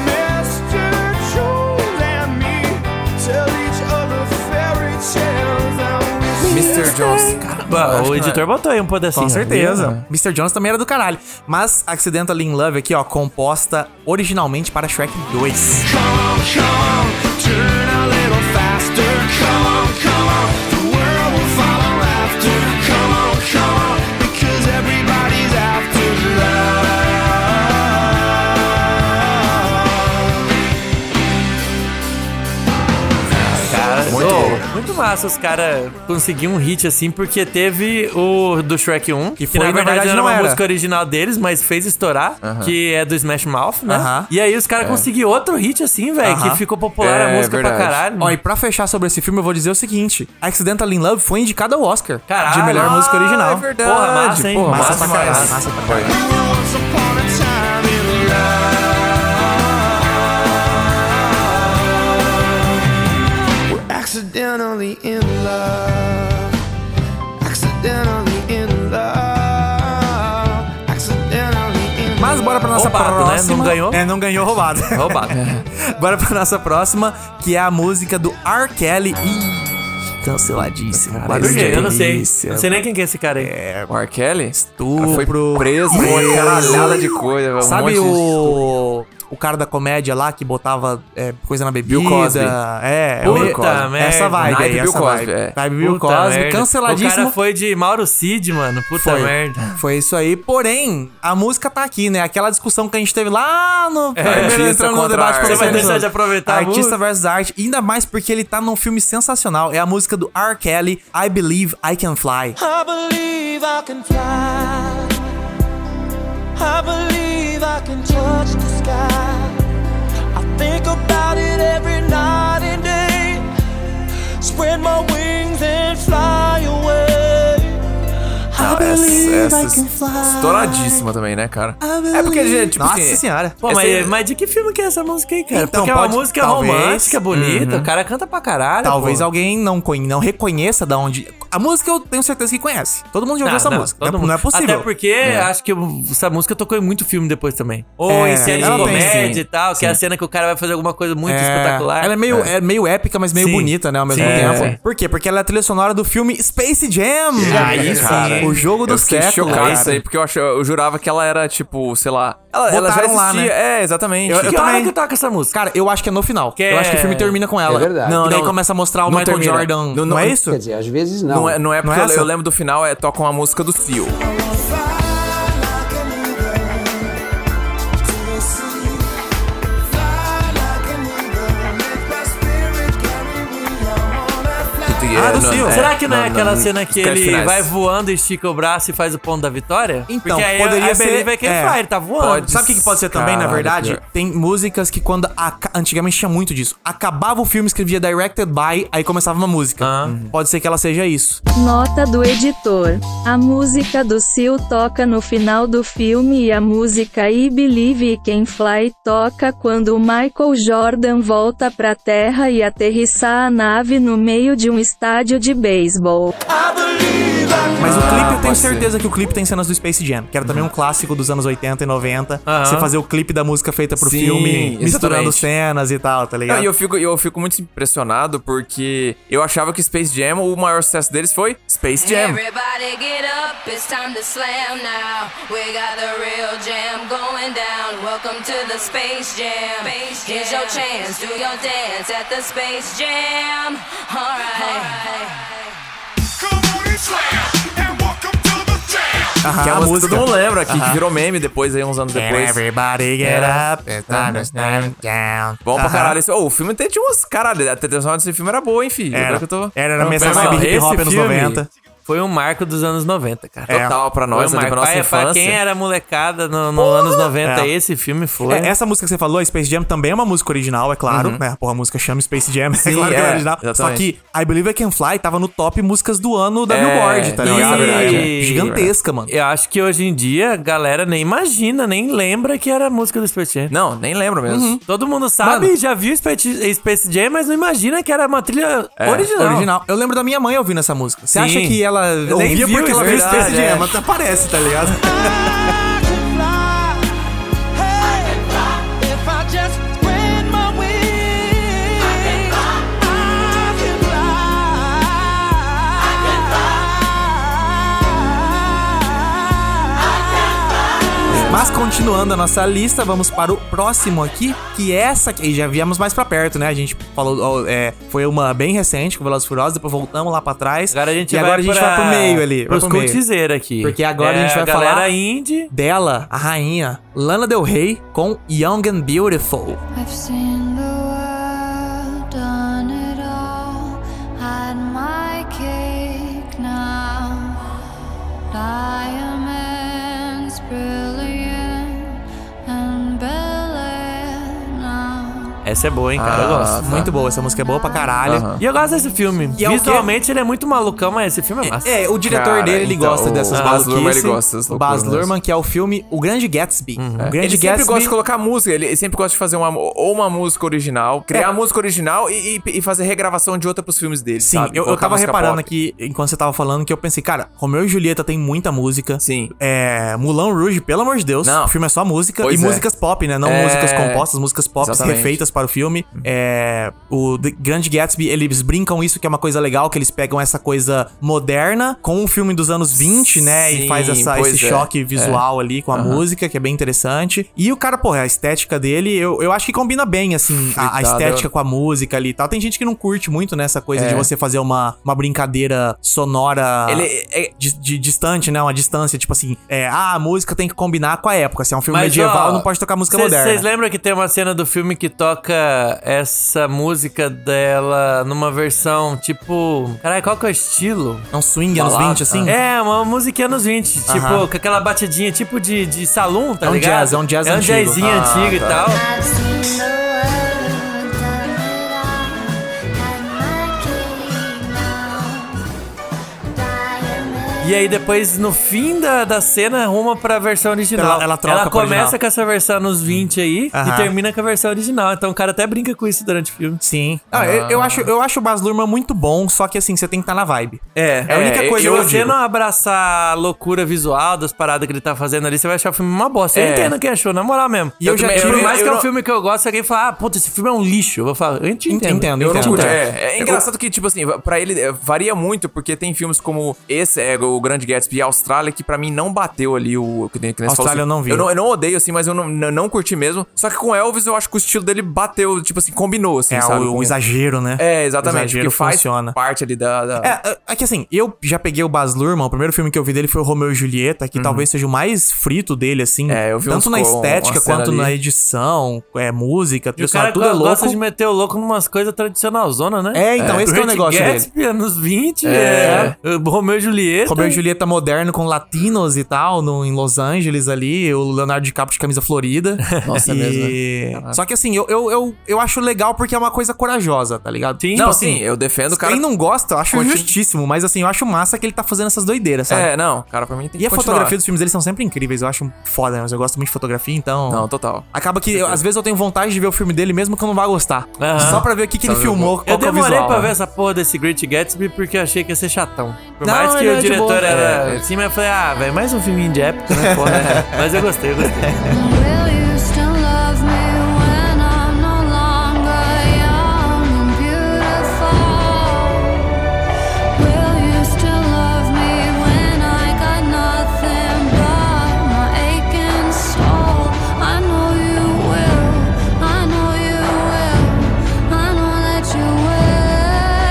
E: Mr. Jones and me tell each other fairy tales and we
C: Mr. Jones. Caramba,
D: Bah,
C: acho
D: o
C: que
D: editor botou aí um pedacinho.
B: é. Com
D: viu?
B: certeza. Mr. Jones também era do caralho. Mas Accidental in Love aqui, ó, composta originalmente para Shrek 2.
E: Come on, come on, turn a little faster. Come on, come on, the world will follow after. Come on, come on, because everybody's after love.
D: Cara,
C: Muito
D: ô,
C: bom.
D: muito massa os caras conseguiram um hit assim, porque teve o do Shrek 1, que,
B: foi,
D: na
B: na
D: verdade,
B: verdade,
D: era
B: não
D: uma
B: era.
D: música original deles, mas fez estourar, que é do Smash Mouth, né?
B: Aham. É.
D: E aí os caras conseguiram outro hit assim, velho,
B: Aham.
D: que ficou popular a
C: É,
D: música pra
C: verdade.
D: caralho.
B: Ó, e pra fechar sobre esse filme, eu vou dizer o seguinte: Accidental in Love foi indicada ao Oscar
D: Caralho.
B: de melhor
D: Ah,
B: música original.
C: é verdade.
D: Porra, massa, hein?
C: Porra,
B: Massa,
C: massa
B: pra caralho.
C: demais.
B: Massa pra caralho.
E: Once upon a time in love, we're accidentally in love, accidentally in love, accidentally in love.
B: Mas bora pra nossa
D: Roubado, né? Não
B: próxima.
D: ganhou?
B: É, não ganhou roubado.
D: Roubado.
B: É, bora pra nossa próxima, que é a música do R. Kelly. Ih, canceladíssimo.
D: Por
B: Barulho
D: quê?
B: de
D: Eu não sei.
B: polícia.
D: Não sei nem quem que é esse cara aí.
C: O R. Kelly?
B: Estupro.
C: Cara, Foi preso por uma caralhada de coisa, velho. um monte
B: Sabe
C: de-
B: o. O cara da comédia lá que botava é, coisa na bebida.
C: Bill Cosby.
B: É,
D: Puta
B: eu-
D: merda.
B: Essa vibe
C: Naipe
B: aí,
C: Bill
B: essa
C: Cosby,
B: vibe.
C: é.
B: Naipe Bill
D: Puta
B: Cosby,
D: merda. O
B: canceladíssimo.
D: cara foi de Mauro Cid, mano. Puta
B: Foi.
D: merda.
B: Foi isso aí. Porém, a música tá aqui, né? Aquela discussão que a gente teve lá
D: É,
B: no
C: artista contra arte.
B: profissional.
C: Você vai
D: deixar de aproveitar a
B: Artista
D: música?
B: versus arte. Ainda mais porque ele tá num filme sensacional. É a música do R. Kelly, I Believe I Can Fly.
E: I believe I can fly. I believe I can touch the sky. I think about it every night and day. Spread my wings and fly away.
D: Tá,
C: Ah, essa,
B: I
C: essa
B: can fly.
C: estouradíssima também, né, cara? É porque, gente, tipo
B: Nossa
C: assim,
B: senhora.
D: Pô,
C: Esse aí-
D: mas, mas de que filme que é essa música aí, cara?
B: Então,
D: Porque é
B: pode-
D: uma música
B: talvez.
D: romântica, bonita, o cara canta pra caralho.
B: Talvez
D: pô.
B: alguém não, conhe- não reconheça da onde. A música eu tenho certeza que conhece. Todo mundo já ouviu
D: Ah,
B: essa
D: não,
B: música.
D: todo
B: Não, é-
D: mundo.
B: não é possível.
D: Até porque acho que eu- essa música tocou em muito filme depois também. Ou
B: É,
D: em série de
B: ela tem,
D: comédia
C: sim.
D: e tal, que é a cena que o cara vai fazer alguma coisa muito
B: É,
D: espetacular.
B: Ela é meio, é. meio épica, mas meio
D: Sim.
B: bonita, né? Ao mesmo
D: Sim.
B: tempo.
D: É.
B: Por quê? Porque ela é a trilha sonora do filme Space Jam.
C: Aí sim.
B: O jogo do
C: eu fiquei
B: século.
C: chocado
B: cara.
C: isso aí, porque eu, achei, eu jurava que ela era, tipo, sei lá. Ela, ela já
B: Botaram
C: existia.
B: lá,
C: É, exatamente.
B: Eu-
D: Que
B: eu
D: hora
B: também-
D: que toca essa música?
B: Cara, eu acho que é no final.
D: Que
B: eu acho que o filme
D: é-
B: termina com ela.
G: É verdade.
B: Não, e daí
C: não,
B: começa a mostrar o
C: não
B: Michael
C: termina.
B: Jordan. Não,
C: Não-
B: é
C: não-
B: isso?
G: Quer dizer, às vezes não.
C: Não é, não é
B: Não é
C: porque eu-
B: essa?
C: eu, lembro do final, é toca uma música do Seal.
E: Fly like an eagle, make my spirit carry me. I wanna fly.
C: Tum, tum,
B: Ah, do
C: né?
B: Sil.
D: Será que não é aquela
C: no-
D: cena
C: nos
D: que
C: créditos
D: ele
C: finais.
D: vai voando, estica o braço e faz o ponto da vitória?
B: Então,
D: Porque aí
B: poderia
D: a
B: ser-
D: Believe é que ele
B: é.
D: faz, ele tá voando.
C: Pode
B: Sabe o que, que pode ser também, na
C: Caralho,
B: verdade?
C: pior.
B: Tem músicas que quando. aca- Antigamente tinha muito disso. Acabava o filme, escrevia Directed by, aí começava uma música. Pode ser que ela seja isso.
G: Nota do editor. A música do Seal toca no final do filme e a música I Believe Can Fly toca quando o Michael Jordan volta pra terra e aterrissar a nave no meio de um estádio de beisebol.
B: Mas o clipe, eu tenho
C: Ah, pode ser. Uhum.
B: certeza que o clipe tem cenas do Space Jam, que era também um clássico dos anos 80 e 90.
D: Aham.
B: Você fazer o clipe da música feita pro
C: Sim,
B: filme, misturando
C: exatamente.
B: cenas e tal, tá ligado?
C: Não, e eu fico, eu fico muito impressionado porque eu achava que Space Jam, o maior sucesso deles foi Space Jam.
I: Everybody get up, it's time to slam now. We got the real jam going down. Welcome to the Space Jam. Here's your chance, do your dance at the Space Jam. Alright.
B: Aham,
C: Que é
B: Ah, a
C: uma música que
B: música.
C: todo mundo lembra, que, que virou meme depois, aí, uns anos
B: Can
C: depois.
B: everybody get
D: É.
B: up? it's time to stand down.
C: Bom pra
B: Aham.
C: caralho. Esse- oh, o filme tem tinha umas. Caralho, a trilha sonora desse filme era boa, hein, filho? Agora
B: Era,
C: que eu tô.
B: era na
D: Não,
B: minha
D: pera,
B: vibe
D: não,
B: hip hop
D: esse
B: nos
D: filme
B: 90.
C: é-
D: Foi um marco dos anos 90, cara.
B: É.
C: Total pra nós,
D: foi um
C: ali, pra
D: marco.
C: nossa
D: Pra- pra
C: infância.
D: quem era molecada nos no anos 90,
B: É.
D: esse filme foi.
B: É, essa música que você falou, Space Jam, também é uma música original, é claro, né? Porra, a música chama Space Jam, é claro que é
C: Uhum. é,
B: original. Só
C: exatamente.
B: que I Believe I Can Fly tava no top músicas do ano da
C: É,
B: Billboard, tá
C: não,
B: ligado?
C: é verdade,
D: é.
B: Gigantesca, mano.
D: Eu acho que hoje em dia a galera nem imagina, nem lembra que era a música do Space Jam.
C: Não, nem lembro mesmo.
B: Uhum.
D: Todo mundo sabe,
C: Mano.
D: já viu Space, Space Jam, mas não imagina que era uma trilha
C: É,
D: original.
B: Original. Eu lembro da minha mãe ouvindo essa música. Você
D: Sim.
B: acha que ela
D: Nem
B: ouvia
D: viu,
B: porque
D: é
B: ela viu
D: verdade,
B: Space Jam?
D: é.
B: Mas aparece, tá ligado?
E: I can fly. Hey, if I just spread my wings, I can fly. I can fly.
B: Mas continuando a nossa lista, vamos para o próximo aqui, que é essa que já viemos mais pra perto, né? A gente falou, ó, é, foi uma bem recente com Velozes e Furiosos, depois voltamos lá pra trás.
D: Agora a gente
B: e
D: vai
B: agora a gente
D: pra-
B: vai pro meio ali, vai
D: Pros
B: pro meio.
D: cultizeiros aqui. É
B: Porque agora a gente vai
D: galera
B: falar-
D: indie.
B: dela, a rainha, Lana Del Rey com Young and Beautiful.
I: I've seen the world, done it all, had my cake now. Diamonds brilliant and brilliant now.
D: Essa é boa, hein, cara? eu gosto.
B: Ah, Muito boa, essa música é boa pra caralho.
D: E eu gosto desse filme.
B: E é o quê?
D: Visualmente ele é muito malucão, mas esse filme é massa.
B: É, o diretor
C: Cara,
B: dele, ele
C: então,
B: gosta
C: o
B: dessas
C: Baz
B: maluquices.
C: Luhrmann, ele gosta dessas
B: O Baz
C: loucuras mesmo. Uhum. É.
B: Luhrmann, que é o filme O Grande Gatsby. O Grande
C: Ele sempre
B: Gatsby...
C: gosta de colocar música, ele ele sempre gosta de fazer uma, ou uma música original,
B: É.
C: criar a música original e, e- e fazer regravação de outra pros filmes dele.
B: Sim,
C: sabe?
B: eu, eu
C: Colocar
B: tava
C: música
B: reparando
C: pop.
B: aqui, enquanto você tava falando, que eu pensei, cara, Romeu e Julieta tem muita música.
C: Sim.
B: É, Mulan Rouge, pelo amor de Deus,
C: Não.
B: o filme é só música.
C: Pois
B: e
C: é.
B: músicas pop, né? Não
C: É.
B: músicas compostas, músicas pop
C: Exatamente. Uhum.
B: refeitas para o filme. É, o The Grande Gatsby, eles brincam isso, que é uma coisa legal, que eles pegam essa coisa moderna com um filme dos anos 20, né? e
C: Sim,
B: faz essa-
C: pois
B: esse
C: é.
B: choque visual ali com a música, que é bem interessante. E o cara, porra, a estética dele, eu, eu acho que combina bem, assim, a- a,
C: Coitado.
B: estética com a música ali e tal. Tem gente que não curte muito, né? Essa coisa de você fazer uma, uma brincadeira sonora
C: Ele é-
B: di- de- distante, né? Uma distância, tipo assim, é, ah, a música tem que combinar com a época. Se é um filme
D: Mas,
B: medieval,
D: ó,
B: não pode tocar música
D: cês-
B: moderna.
D: Vocês lembram que tem uma cena do filme que toca essa música dela numa versão tipo. Caralho, qual que é o estilo?
B: É um swing anos
C: Balada.
B: 20, assim?
D: É, uma musiquinha anos 20, tipo,
B: Aham.
D: com aquela batidinha tipo de, de salão, tá
B: É um
D: ligado?
B: jazz, é um jazz
D: É um
B: antigo.
D: jazzinho antigo e tal.
I: I've seen the world, done it all, had my cake now. Diamonds.
D: E aí depois, no fim da, da cena, ruma pra versão original.
B: Ela- ela troca pra
D: começa
B: original.
D: com essa versão nos 20 aí
B: Aham.
D: e termina com a versão original. Então o cara até brinca com isso durante o filme.
B: Sim. Ah, Eu, eu acho, eu acho o Baz Luhrmann muito bom, só que assim, você tem que estar na vibe.
D: É,
B: É a única coisa
D: Se
B: que eu
D: você
B: digo.
D: não abraçar a loucura visual das paradas que ele tá fazendo ali, você vai achar o filme uma bosta. Eu
C: É.
D: entendo quem achou, na moral mesmo.
B: E eu já
D: também-
B: tive-
D: Por mais
B: eu
D: que é um
B: não-
D: filme que eu gosto, se alguém falar, ah, puta, esse filme é um lixo. Eu vou falar, eu entendo.
B: Entendo, entendo.
D: Eu não
B: entendo.
D: curto.
C: eh, É, é engraçado que, tipo assim, pra ele é, varia muito, porque tem filmes como esse, é, o o Grande Gatsby e a Austrália, que pra mim não bateu ali o... Que, nem- que nem você falou
B: Austrália
C: assim,
B: eu não vi.
C: Eu não, eu não odeio, assim, mas eu não, não, não curti mesmo. Só que com Elvis eu acho que o estilo dele bateu, tipo assim, combinou, assim,
B: É
C: sabe?
B: o,
C: Com-
B: o exagero, né?
C: É, exatamente.
B: Exagero
C: Porque faz
B: funciona.
C: parte ali da... da-
B: É, é que assim, eu já peguei o Baz Luhrmann, o primeiro filme que eu vi dele foi o Romeu e Julieta, que talvez seja o mais frito dele, assim.
C: Uhum. É, eu vi uns
B: tanto na
C: co-
B: estética
C: uma cena
B: quanto
C: ali.
B: na edição, é, música,
D: E o
B: trilha sonora,
D: cara
B: tudo é
D: go-
B: louco.
D: gosta de meter o louco numas coisas tradicional zona, né?
B: É, então, esse que é o
D: Great
B: negócio dele.
D: Gatsby, anos 20,
C: É.
D: é. Romeu e Julieta.
B: Romeu e Julieta moderno com latinos e tal, no, em Los Angeles ali, o Leonardo DiCaprio de camisa florida.
C: Nossa, é mesmo,
B: e... tipo Só que assim, eu, eu, eu, eu acho legal porque é uma coisa corajosa, tá ligado? Sim,
C: Não, sim, Uhum. eu defendo o cara...
B: Quem não gosta, eu acho
C: Continu-
B: justíssimo, mas assim, eu acho massa que ele tá fazendo essas doideiras, sabe?
C: É, não, cara, pra mim
B: E
C: tem que
B: a
C: continuar.
B: fotografia dos filmes deles são sempre incríveis, eu acho foda, né? mas eu gosto muito de fotografia, então.
C: Não, total.
B: Acaba que eu- às vezes eu tenho vontade de ver o filme dele mesmo que eu não vá gostar.
D: Aham.
B: Só pra ver o que, que
C: Só
B: ele
C: ver o
B: filmou,
C: bom.
B: qual
D: Eu
B: que é o
D: demorei
B: visual,
D: pra
B: né?
D: ver essa porra desse Great Gatsby porque eu achei que ia ser chatão. Por
B: Não,
D: mais que
B: ele é
D: o
B: de boa.
D: diretor era
B: É.
D: assim, mas eu falei, ah, velho, mais um filminho de época, né? Porra. mas eu gostei, eu gostei.
I: Will you still love me when I'm no longer young and beautiful? Will you still love me when I got nothing but my aching soul? I know you will. I know you will. I know that you will.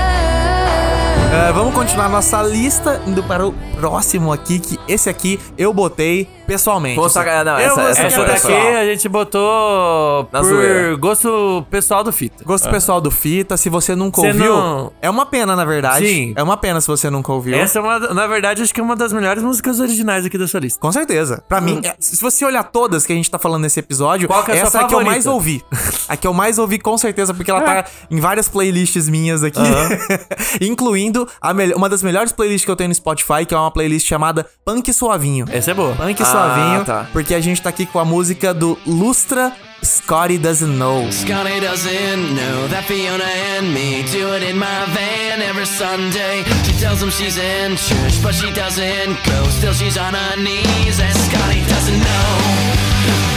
B: É, vamos continuar nossa lista indo para o próximo aqui, que esse aqui eu botei pessoalmente. assim.
C: Pô, saca- não,
B: eu
C: essa-
B: vou
C: essa
B: sacanear
D: Essa
C: foi-
B: pessoal.
D: daqui a gente botou
C: Na
D: por
C: zoeira.
D: gosto pessoal do Fita.
B: Gosto
C: Ah.
B: pessoal do Fita, se você nunca
D: Você
B: ouviu,
D: não-
B: é uma pena, na verdade.
D: Sim.
B: É uma pena se você nunca ouviu.
D: Essa é uma, na verdade, acho que é uma das melhores músicas originais aqui dessa lista.
B: Com certeza. Pra mim, é- se você olhar todas que a gente tá falando nesse episódio,
D: Hum. Qual que é a sua
B: essa é a que eu
D: favorita?
B: mais ouvi. A que eu mais ouvi, com certeza, porque ela tá em várias playlists minhas aqui. incluindo a mel- uma das melhores playlists que eu tenho no Spotify, que é uma playlist chamada Punk Suavinho.
D: Essa é boa.
B: Punk Suavinho,
C: tá.
B: porque a gente Ah, tá aqui com a música do Lustra Scotty Doesn't Know.
E: Scotty doesn't know that Fiona and me do it in my van every Sunday. She tells him she's in church, but she doesn't go. Still, she's on her knees, and Scotty doesn't know.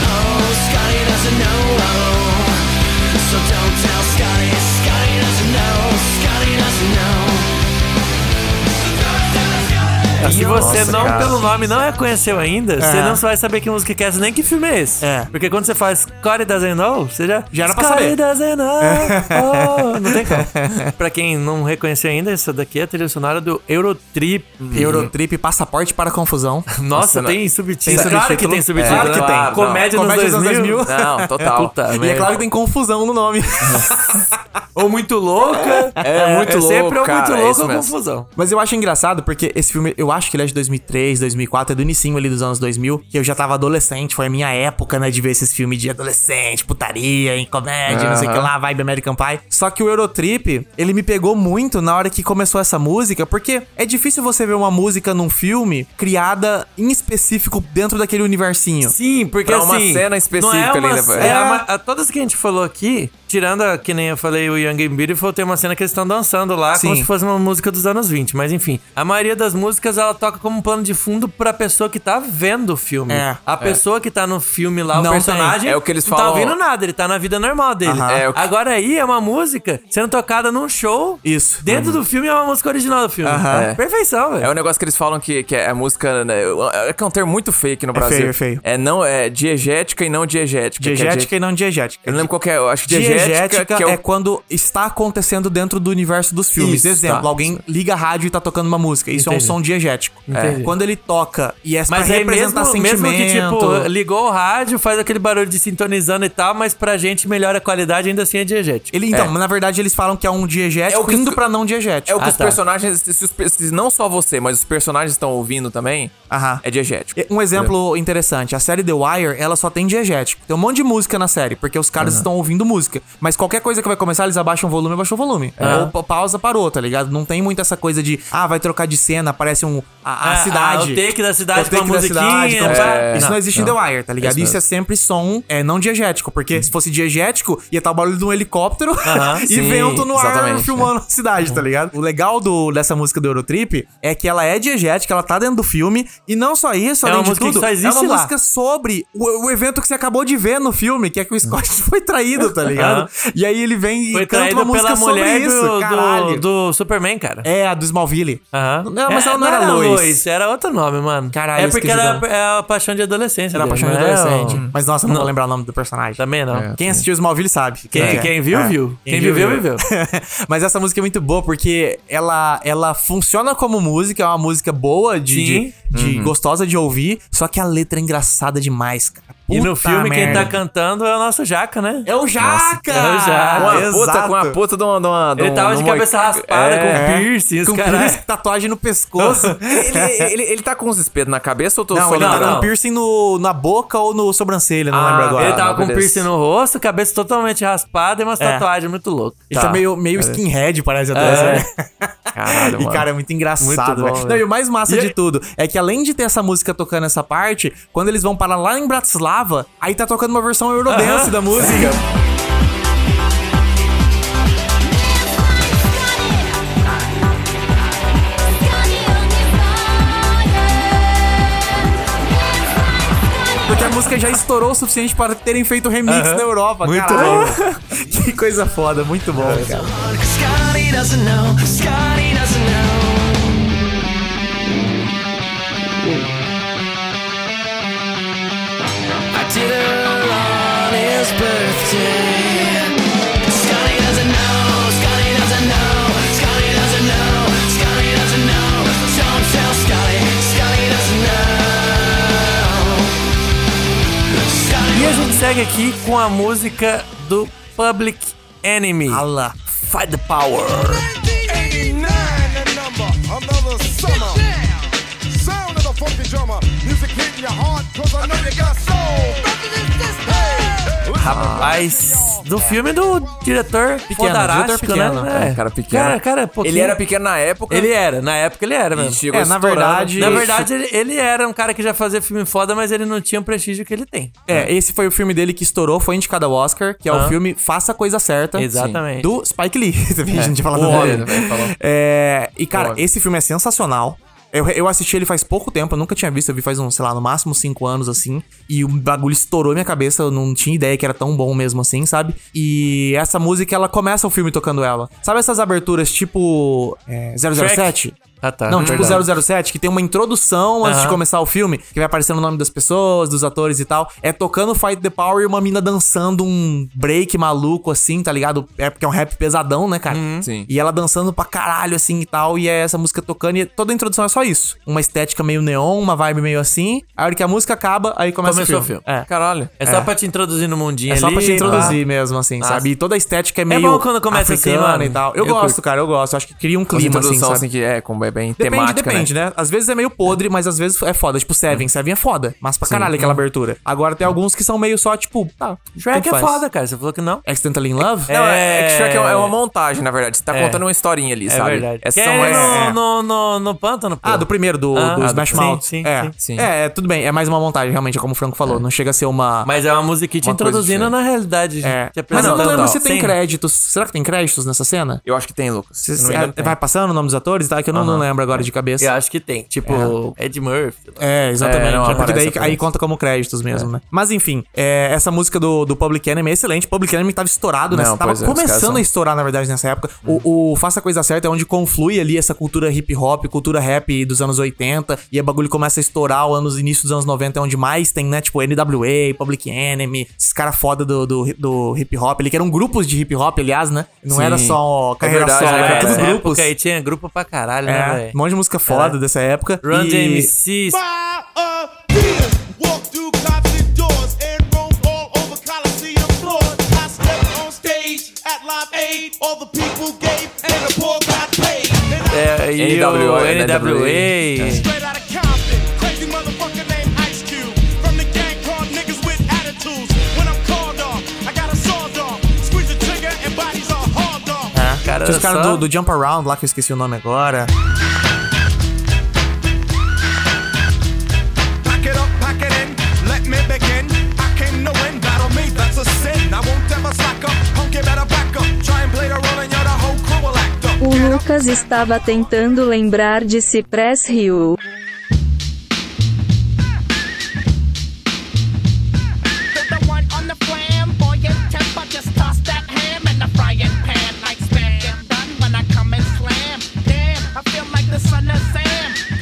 E: Oh, Scotty doesn't know. Oh, so don't tell Scotty. Scotty doesn't know. Scotty doesn't know.
D: Se você não,
C: cara.
D: pelo nome, não reconheceu ainda, você não vai saber que música que é essa, nem que filme é esse.
B: É.
D: Porque quando você faz Corey Doesn't Know, você já...
B: Já era pra saber.
D: Corey Doesn't Know, oh, não tem como. pra quem não reconheceu ainda, essa daqui é a trilha sonora do Eurotrip.
B: Eurotrip, passaporte para a confusão.
D: Nossa,
C: Nossa,
D: tem subtítulo.
B: Tem
D: Claro
B: subtítulo?
D: que tem subtítulo.
B: É, claro
D: né?
B: que tem.
D: Ah, Comédia,
B: Comédia
D: nos Ah,
B: dos
D: 2000.
B: 2000.
C: Não, total.
D: Puta
B: E é
D: merda.
B: claro que tem confusão no nome.
D: Ou muito louca.
C: É muito louco,
D: Sempre ou
C: cara,
D: muito
C: é
D: louco
C: isso
D: ou
C: mesmo.
D: confusão.
B: Mas eu acho engraçado porque esse filme, eu acho que ele é de 2003, 2004, é do inicinho ali dos anos 2000, que eu já tava adolescente, foi a minha época, né, de ver esses filmes de adolescente, putaria, em comédia, não sei o que lá, vibe American Pie. Só que o Eurotrip, ele me pegou muito na hora que começou essa música, porque é difícil você ver uma música num filme criada em específico dentro daquele universinho.
D: Sim, porque
C: Pra uma
D: assim...
C: cena específica
D: não é uma
C: ali, né?
D: ce- é uma- a- todas que a gente falou aqui, tirando a, que nem eu falei o Young and Beautiful, tem uma cena que eles estão dançando lá, como
B: Sim.
D: se fosse uma música dos anos 20. Mas enfim, a maioria das músicas, ela toca como um plano de fundo pra pessoa que tá vendo o filme.
B: É,
D: a pessoa que tá no filme lá,
B: Não
D: o personagem...
C: tem. É o que eles
D: Não
C: falam-
D: tá ouvindo nada, ele tá na vida normal dele.
B: Aham.
C: É, o que-
D: Agora aí é uma música sendo tocada num show...
B: Isso.
D: Dentro
C: Uhum.
D: do filme é uma música original do filme.
B: Aham.
D: É. Perfeição, velho.
C: É um negócio que eles falam que, que é a música. né, É que é um termo muito feio aqui no Brasil.
B: feio, é feio.
C: É não, é diegética e não diegética. que é
B: Diegética
C: die-
B: e não diegética.
C: Eu não lembro qual que é. Eu acho que diegética,
B: Diegética
C: que
B: é,
C: o-
B: quando está acontecendo dentro do universo dos filmes.
C: Isso,
B: Exemplo,
C: tá.
B: alguém liga a rádio e tá tocando uma música. Isso
D: Entendi.
B: é um som diegético.
D: Entendi.
B: Quando ele toca e é
D: Mas
B: pra
D: aí
B: representar
D: mesmo,
B: sentimento...
D: mesmo que, tipo, ligou o rádio, faz aquele barulho de sintonizando e tal, mas pra gente melhora a qualidade, ainda assim é diegético.
B: Ele, então, na verdade, eles falam que é um diegético
C: É o que-
B: indo pra não diegético.
C: É o que
D: Ah,
C: os
D: tá.
C: personagens. Se, os pe- se não só você, mas os personagens estão ouvindo também,
B: Aham.
C: é diegético.
B: Um exemplo interessante, a série The Wire, ela só tem diegético. Tem um monte de música na série, porque os caras estão ouvindo música. Mas qualquer coisa que vai começar, eles abaixam o volume, abaixam o volume. Ou pa- pausa, parou, tá ligado? Não tem muito essa coisa de, ah, vai trocar de cena, aparece um, a, a
D: Ah, ah,
B: cidade.
D: o take da cidade
B: O take
D: com a
B: da
D: musiquinha, é.
B: com a música.
D: pá.
B: É. Isso não,
D: Não,
B: existe em The Wire, tá ligado? Isso,
C: Isso
B: é sempre som é, não diegético, porque se fosse diegético, ia estar o barulho de um helicóptero e
C: sim,
B: vento no ar
C: exatamente,
B: filmando a cidade, tá
D: Uhum.
B: ligado? O legal do, dessa música do Eurotrip é que ela é diegética, ela tá dentro do filme, e não só isso,
D: É
B: além
D: uma
B: de
D: música que
B: tudo,
D: só
B: é
D: existe
B: uma
D: lá. Uhum.
B: música sobre o, o evento que você acabou de ver no filme, que é que o Scott foi traído, tá ligado? ligado? E aí ele vem e
D: Foi
B: canta uma
D: traído
B: música
D: pela
B: sobre
D: mulher
B: isso,
D: do,
B: caralho.
D: do, do Superman, cara.
B: É, a do Smallville.
D: Aham.
B: Não, mas
D: É,
B: ela não era Lois.
D: era outro nome, mano.
B: Caralho,
D: é porque
B: esqueci
D: era
B: do nome.
D: é a paixão de adolescência.
B: Era
D: dele,
B: apaixonado
D: não é
B: adolescente.
D: um-
B: Mas nossa, não vou lembrar o nome do personagem.
D: Também não.
B: Quem assistiu Smallville sabe.
D: Quem,
B: É.
D: quem viu,
B: É.
D: viu. Quem, viveu, viveu.
B: Mas essa música é muito boa porque ela, ela funciona como música, é uma música boa, de, de,
D: Sim.
B: de-
C: Uhum.
B: gostosa de ouvir, só que a letra é engraçada demais, cara.
D: e no
B: Puta
D: filme, quem tá
B: merda.
D: cantando é o nosso Jaca, né?
B: É o Jaca!
D: é o Jaca.
C: Ah, Uma
B: Exato.
C: puta com a puta de uma. De uma de
D: Ele
C: um-
D: tava
C: de
D: de
C: uma-
D: cabeça raspada,
C: É.
D: com piercing, os
B: Com
D: caras.
B: piercing, tatuagem no pescoço.
D: É.
C: Ele, ele, ele tá com uns espetos na cabeça ou tô
B: Não,
C: só
B: ele tá
C: lembrando?
B: com piercing no, na boca ou no sobrancelha, não
C: Ah,
B: lembro agora.
D: Ele tava
C: Ah,
D: com um
C: beleza.
D: piercing no rosto, cabeça totalmente raspada e umas
B: É.
D: tatuagens muito loucas.
B: Ele tá, meio, meio skinhead, parece até.
D: É.
B: sabe?
C: Caralho,
B: e,
C: É. mano.
B: cara, é muito engraçado,
C: Muito bom, né?
B: velho.
C: velho.
B: Não, e o mais massa
D: E
B: de
D: aí-
B: tudo é que, além de ter essa música tocando essa parte, quando eles vão parar lá em Bratislava, aí tá tocando uma versão Eurodance da música. Porque a música já estourou o suficiente para terem feito remix
D: Aham.
B: na Europa,
D: Muito
B: caralho. que coisa foda, muito bom, cara.
E: Scotty doesn't know. Scotty doesn't know. I did her on his birthday. Scotty doesn't know. Scotty doesn't know. Scotty doesn't know. Scotty doesn't know. Don't tell Scotty. Scotty doesn't know. Scotty
D: E a gente segue aqui com a música do Public Enemy.
B: Ala, fight the power.
F: 89 the number, another summer. Sound of the funky drummer, music hitting your heart, cause I know you got soul. Hey,
D: Rapaz, do filme do diretor
B: diretor
D: fodarástico,
B: pequeno.
D: né?
C: É, cara pequeno.
D: Cara, cara, pouquinho.
C: Ele era pequeno na época.
D: Ele é era, na época ele era mesmo.
C: chegou
B: É, na
C: estourando.
B: verdade-
D: Na
B: isso.
D: verdade, ele, ele era um cara que já fazia filme foda, mas ele não tinha o prestígio que ele tem.
B: É, esse foi o filme dele que estourou, foi indicado ao Oscar, que é o
D: Aham.
B: filme Faça a Coisa Certa.
D: Exatamente.
B: Sim. Do Spike Lee. Também a gente tinha falado
C: É. o
B: dele.
C: homem, né, falou.
B: É, e, cara,
C: O homem.
B: esse filme é sensacional. Eu, eu assisti ele faz pouco tempo, eu nunca tinha visto, eu vi faz, um, sei lá, no máximo cinco anos, assim. E o bagulho estourou minha cabeça, eu não tinha ideia que era tão bom mesmo assim, sabe? E essa música, ela começa o filme tocando ela. Sabe essas aberturas tipo é, 007?
D: Ah, tá.
B: Não, tipo
D: Verdade.
B: 007, que tem uma introdução antes de
D: Aham.
B: começar o filme, que vai aparecendo o nome das pessoas, dos atores e tal. É tocando Fight the Power e uma mina dançando um break maluco, assim, tá ligado? É porque é um rap pesadão, né, cara?
D: Uhum.
C: Sim.
B: E ela dançando pra caralho, assim e tal. E é essa música tocando. E toda a introdução é só isso. Uma estética meio neon, uma vibe meio assim. Aí a hora que a música acaba, aí começa
D: Começou
B: o filme.
D: o filme.
B: É.
C: Caralho.
D: É só pra te introduzir no mundinho
B: É só pra
D: ali,
B: te introduzir
D: pá.
B: mesmo, assim, sabe? E toda a estética é meio.
D: bom quando começa assim,
B: africana
D: mano.
B: e tal. Eu,
D: Eu
B: gosto,
D: curto.
B: cara, eu gosto. Acho que cria um
C: Uma
B: clima, assim,
C: introdução
B: sabe?
C: assim que é, como é bem
B: Depende,
C: temática,
B: depende,
C: né?
B: né? Às vezes é meio podre, mas às vezes é foda. Tipo, Seven. Seven é foda. Mas pra caralho aquela abertura. Agora tem alguns que são meio só, tipo, tá.
D: Shrek
B: tanto
D: é
B: faz.
D: foda, cara. Você falou que não.
B: Accidentally in Love?
C: Não, é, é que
D: É.
C: Shrek é
B: um,
C: uma, é uma montagem, na verdade. Você tá
D: É.
C: contando uma historinha ali,
D: É
C: sabe?
D: verdade.
C: Essa
D: Que
C: são-
D: é
C: é-
D: no, no, no, no pântano, pô.
B: Ah, do primeiro, do,
D: Ah,
B: do
D: ah,
B: Smash
D: sim,
B: Mouth.
D: sim,
B: é.
D: sim.
C: Sim.
B: É, é, tudo bem. É mais uma montagem, realmente, é como o Franco falou. Não chega a ser uma...
D: Mas é uma musiquinha te
C: Uma coisa
D: introduzindo
C: diferente.
D: na realidade.
B: é.
D: te
B: Mas eu não
D: apresentando.
B: lembro se tem
D: Sim.
B: créditos. Será que tem créditos nessa cena?
C: Eu acho que tem, Lucas.
B: Se-
C: Se não me
B: é-
C: engano, tem.
B: vai passando o nome dos atores, tá? Que eu não, não lembro agora de cabeça.
D: Eu acho que tem. Tipo, Ed Murphy.
B: É, exatamente.
C: É, não,
B: É, porque
C: aparece,
B: daí
C: aparece.
B: aí conta como créditos mesmo, né? Mas enfim, é, essa música do, do Public Enemy é excelente. Public Enemy tava estourado, né?
C: Não,
B: tava
C: pois é, os caras
B: começando
C: são-
B: a estourar, na verdade, nessa época. O, o Faça a Coisa Certa é onde conflui ali essa cultura hip hop, cultura rap dos anos 80, e o bagulho começa a estourar o anos, início dos anos 90, é onde mais tem, né? Tipo, NWA, Public Enemy, esses caras foda do, do, do hip hop ali, que eram grupos de hip hop, aliás, né? Não
C: Sim.
B: era só
C: É
B: carreira
C: verdade,
B: só,
C: né,
B: era
C: cara?
B: tudo
D: Essa
B: grupos.
D: época aí tinha grupo pra caralho, né,
B: É, um
D: velho?
B: monte de música foda
D: Caralho.
B: dessa época.
D: Run
B: e-
D: DMC,
F: Walk through concert doors and roam all over Coliseum floors. I stepped on stage at Live Aid. All the people gave and the poor got paid. And
C: Eh.
F: I
D: é, e o
C: NWA,
D: NWA.
F: straight out of Compton, crazy motherfucker named Ice Cube. From the gang called niggas with attitudes. When I'm called off, I got a sawed off. Squeeze the trigger and bodies are hauled off.
D: né, Cara,
B: Tinha os caras
D: só-
B: do, do Jump Around lá, que eu esqueci o nome agora.
F: Pack it up, pack it in, let me begin. I came to win, battle me, that's a sin. I won't ever slack up, punk, you better back up. Try and play the role and you're the whole crew will act up.
G: O Lucas estava tentando lembrar de Cypress Hill.
E: the one on the flamboyant temper. Just toss that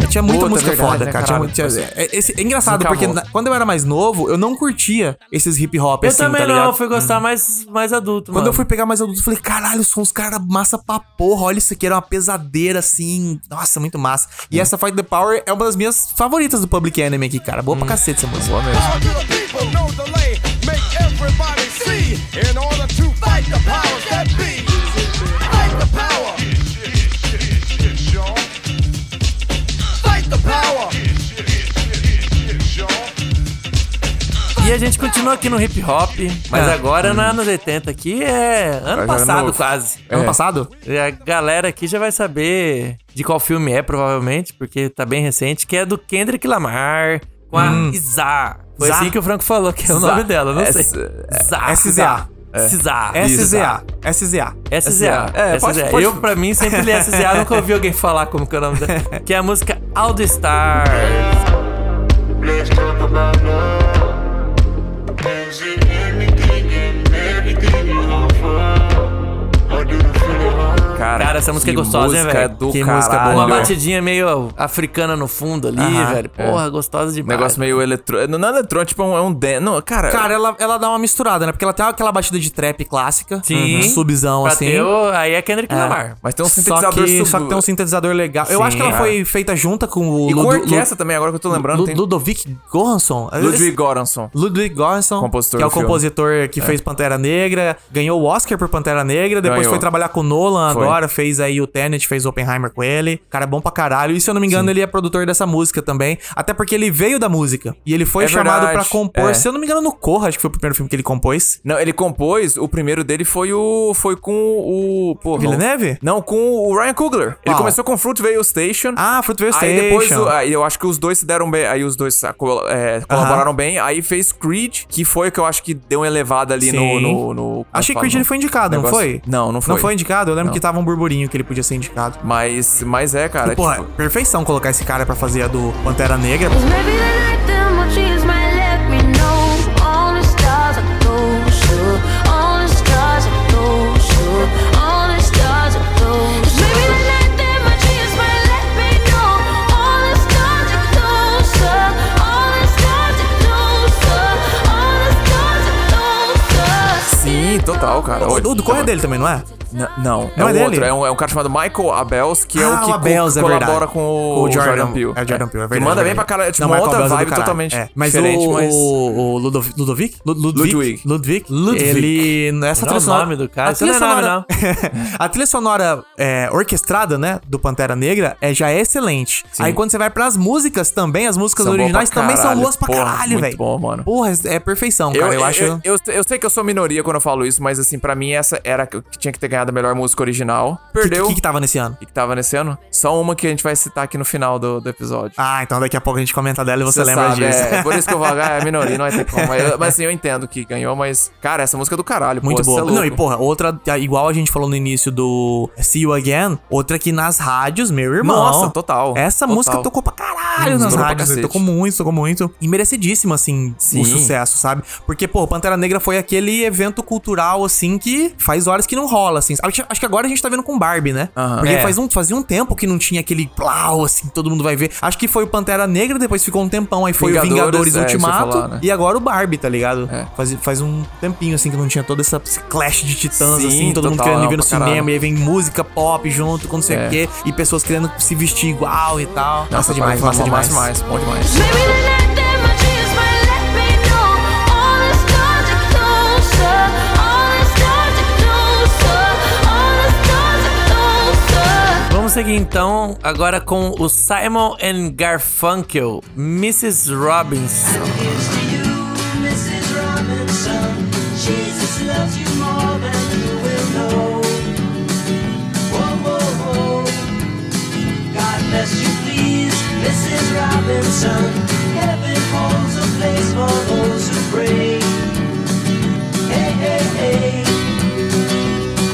B: tinha muita
C: Puta,
B: música
C: verdade,
B: foda,
C: né,
B: cara. Tinha
C: caralho?
B: muito- tinha- é, é- esse- é engraçado,
C: Nunca
B: porque
C: amou.
B: na- quando eu era mais novo, eu não curtia esses hip hop
D: Eu
B: assim,
D: também
B: tá
D: não,
B: ligado?
D: eu fui gostar mais, mais adulto,
B: Quando
D: mano.
B: eu fui pegar mais adulto, eu falei, caralho, são uns caras massa pra porra. Olha isso aqui, era uma pesadeira assim. Nossa, muito massa. E
D: Uhum.
B: essa Fight the Power é uma das minhas favoritas do Public Enemy aqui, cara.
D: Hum.
B: Boa pra cacete essa música. Boa mesmo.
F: All you people know the lay. Make everybody see. In order to fight the powers that be. Fight the power. Fight the power.
D: E a gente continua aqui no hip hop, mas
B: É.
D: agora na anos 80 aqui é ano
C: Agora
D: passado
C: novo.
D: quase.
B: É. Ano passado?
D: E a galera aqui já vai saber de qual filme é, provavelmente, porque tá bem recente, que é do Kendrick Lamar com a
B: Hum.
D: Isa. Foi
B: Zá?
D: assim que o Franco falou, que é o
C: Zá.
D: nome dela, não sei.
C: S-
D: Zá.
B: SZA.
D: SZA.
B: é, SZA. SZA.
D: SZA.
C: É, pode-
D: SZA.
C: pode-
D: Eu, pra mim, sempre li SZA, nunca ouvi alguém falar como que é o nome dela. Que é a música All the Stars.
J: Let's talk about love. Is it anything and everything you offer? Or do you feel it hard?
C: Cara,
D: Cara, essa música é
C: que
D: gostosa, hein,
C: música
D: velho?
C: do
B: Que música
C: caralho.
B: boa.
D: Uma batidinha meio africana no fundo ali,
C: Aham,
D: velho.
C: é.
D: Porra, gostosa
C: Um
D: demais.
C: negócio meio eletrônico. Não é eletrônico, tipo, é um- é um dance. Não, cara.
B: Cara, ela, ela dá uma misturada, né? Porque ela tem aquela batida de trap clássica.
D: Sim.
B: um Subzão,
D: Pra
B: assim.
D: ter o- aí é Kendrick Lamar.
C: mas tem um
B: Só
C: sintetizador
B: que-
C: sub-
B: Só que tem um sintetizador legal. Eu
C: Sim,
B: acho que ela
C: é.
B: foi feita junta com o
C: E com
B: Ludu-
C: orquestra também, agora que eu tô
B: Lu-
C: lembrando.
B: Lu-
C: tem
B: Ludovic Goranson.
C: Ludwig Göransson.
B: Ludwig Göransson,
C: Compositor
B: que é o
C: do filme.
B: compositor que fez Pantera Negra, ganhou o Oscar por Pantera Negra, depois
C: Ganhou.
B: foi trabalhar com o Nolan
C: Foi.
B: agora, fez aí o Tenet, fez Oppenheimer com ele. Cara, é bom pra caralho. E se eu não me engano, ele é produtor dessa música também, até porque ele veio da música. E ele foi
C: É
B: chamado
C: verdade,
B: pra compor,
C: é.
B: se eu não me engano, no Corra, acho que foi o primeiro filme que ele compôs.
C: Não, ele compôs, o primeiro dele foi o. Foi com o. Porra,
B: Villeneuve?
C: Não, com o Ryan Coogler. Ele
B: Qual?
C: começou com Fruitvale Station.
B: Ah, Fruitvale
C: Aí depois,
B: Station.
C: o- aí eu acho que os dois se deram bem, aí os dois sa- colo- é, colaboraram bem, aí fez Creed, que foi o que eu acho que deu uma elevada ali no,
B: Sim.
C: no, no- como
B: Acho que
C: fala,
B: Creed
C: no
B: ele foi indicado, não
C: negócio.
B: foi?
C: Não, não foi.
B: Não foi indicado? Eu lembro
C: Não.
B: que tava um burburinho que ele podia ser indicado.
C: Mas, mas é, cara.
B: Porra,
C: tipo,
B: perfeição colocar esse cara pra fazer a do Pantera Negra.
K: Maybe the night the more trees might let me know. All the stars are close, sure. All the stars are close, sure. All the stars are close. Maybe the night the more trees might let me know. All the stars are closer. All the stars are closer. All the stars are closer.
C: Sim, total, cara.
B: O do, do Corre é
C: Não,
B: dele também, não é?
C: N- Não,
B: Não é
C: é, o
B: dele?
C: outro. É um, é um cara chamado Michael Abels, que é
B: Ah,
C: o que
B: o Abels,
C: co-
B: é
C: colabora
B: verdade.
C: com o, Jordan, Peele.
B: É o Jordan Peele, é verdade.
C: Que manda bem pra
B: cara
C: caralho. É tipo uma outra vibe totalmente
B: É, Mas
C: diferente,
B: o,
C: mas...
B: o Ludov- Ludovic? Lu- Ludwig?
C: Ludwig. é
B: Ludwig?
C: Ludwig.
B: Ele... Essa
D: Não,
B: trilha
D: o
B: sonora...
D: nome do cara,
B: a
D: isso não
B: trilha
D: é nome,
B: sonora... a trilha sonora é, orquestrada, né, do Pantera Negra é, já é excelente. Aí quando você vai pras músicas também, as músicas
C: São boas
B: originais
C: pra
B: também são
C: caralho.
B: boas pra
C: Porra,
B: caralho,
C: muito
B: velho.
C: bom, mano.
B: Porra, é perfeição,
C: Eu,
B: cara. Eu acho...
C: eu, eu sei que eu sou minoria quando eu falo isso, mas assim, pra mim essa era a que que tinha que ter ganhado a melhor música original. Perdeu.
B: O que, que tava nesse ano?
C: E que tava nesse ano? Só uma que a gente vai citar aqui no final do, do episódio.
B: Ah, então daqui a pouco a gente comenta dela e você, lembra
C: sabe,
B: disso.
C: É, por isso que eu falo, ah, é minoria, não vai ter como. Mas, eu- mas, assim, eu entendo que ganhou, mas, cara, essa música é do caralho.
B: Muito
C: pô,
B: boa.
C: cê É
B: não, e
C: louco.
B: porra, outra, tá, igual a gente falou no início do See You Again, outra que nas rádios, meu irmão.
C: Nossa, total.
B: Essa
C: Total.
B: música tocou pra caralho nas
C: tocou pra
B: rádios.
C: cacete.
B: Tocou muito, tocou muito. E merecidíssimo, assim,
C: Sim.
B: o sucesso, sabe? Porque, pô, Pantera Negra foi aquele evento cultural, assim, que faz horas que não rola, assim. Acho, acho que agora a gente tá vendo com Barbie, né?
C: Aham.
B: Porque
C: É.
B: faz um, fazia um tempo que não tinha aquele plau, assim, todo mundo vai ver. Acho que foi o Pantera Negra, depois ficou um tempão, aí foi
C: Vingadores,
B: o Vingadores
C: é, isso que eu ia
B: Ultimato.
C: falar, né?
B: E agora o Barbie, tá ligado?
C: É.
B: Faz, faz um tempinho, assim, que não tinha todo essa, esse clash de titãs,
C: Sim,
B: assim, todo mundo
C: total,
B: querendo ir
C: não,
B: ver no
C: pra caralho.
B: cinema, e aí vem música pop junto, com não sei
C: É.
B: o quê, e pessoas querendo se vestir igual e tal.
C: Nossa, demais, massa demais, demais, bom demais.
K: Maybe the night that my tears might let me know. All the stars are closer. All the stars are closer. All the stars are closer.
D: Vamos seguir então agora com o Simon and Garfunkel, Mrs. Robbins.
J: Here's to you, Mrs. Robinson. Jesus loves you more than you will know. Whoa, whoa, whoa. God bless you, please, Mrs. Robinson. Heaven holds a place for those who pray. Hey, hey, hey.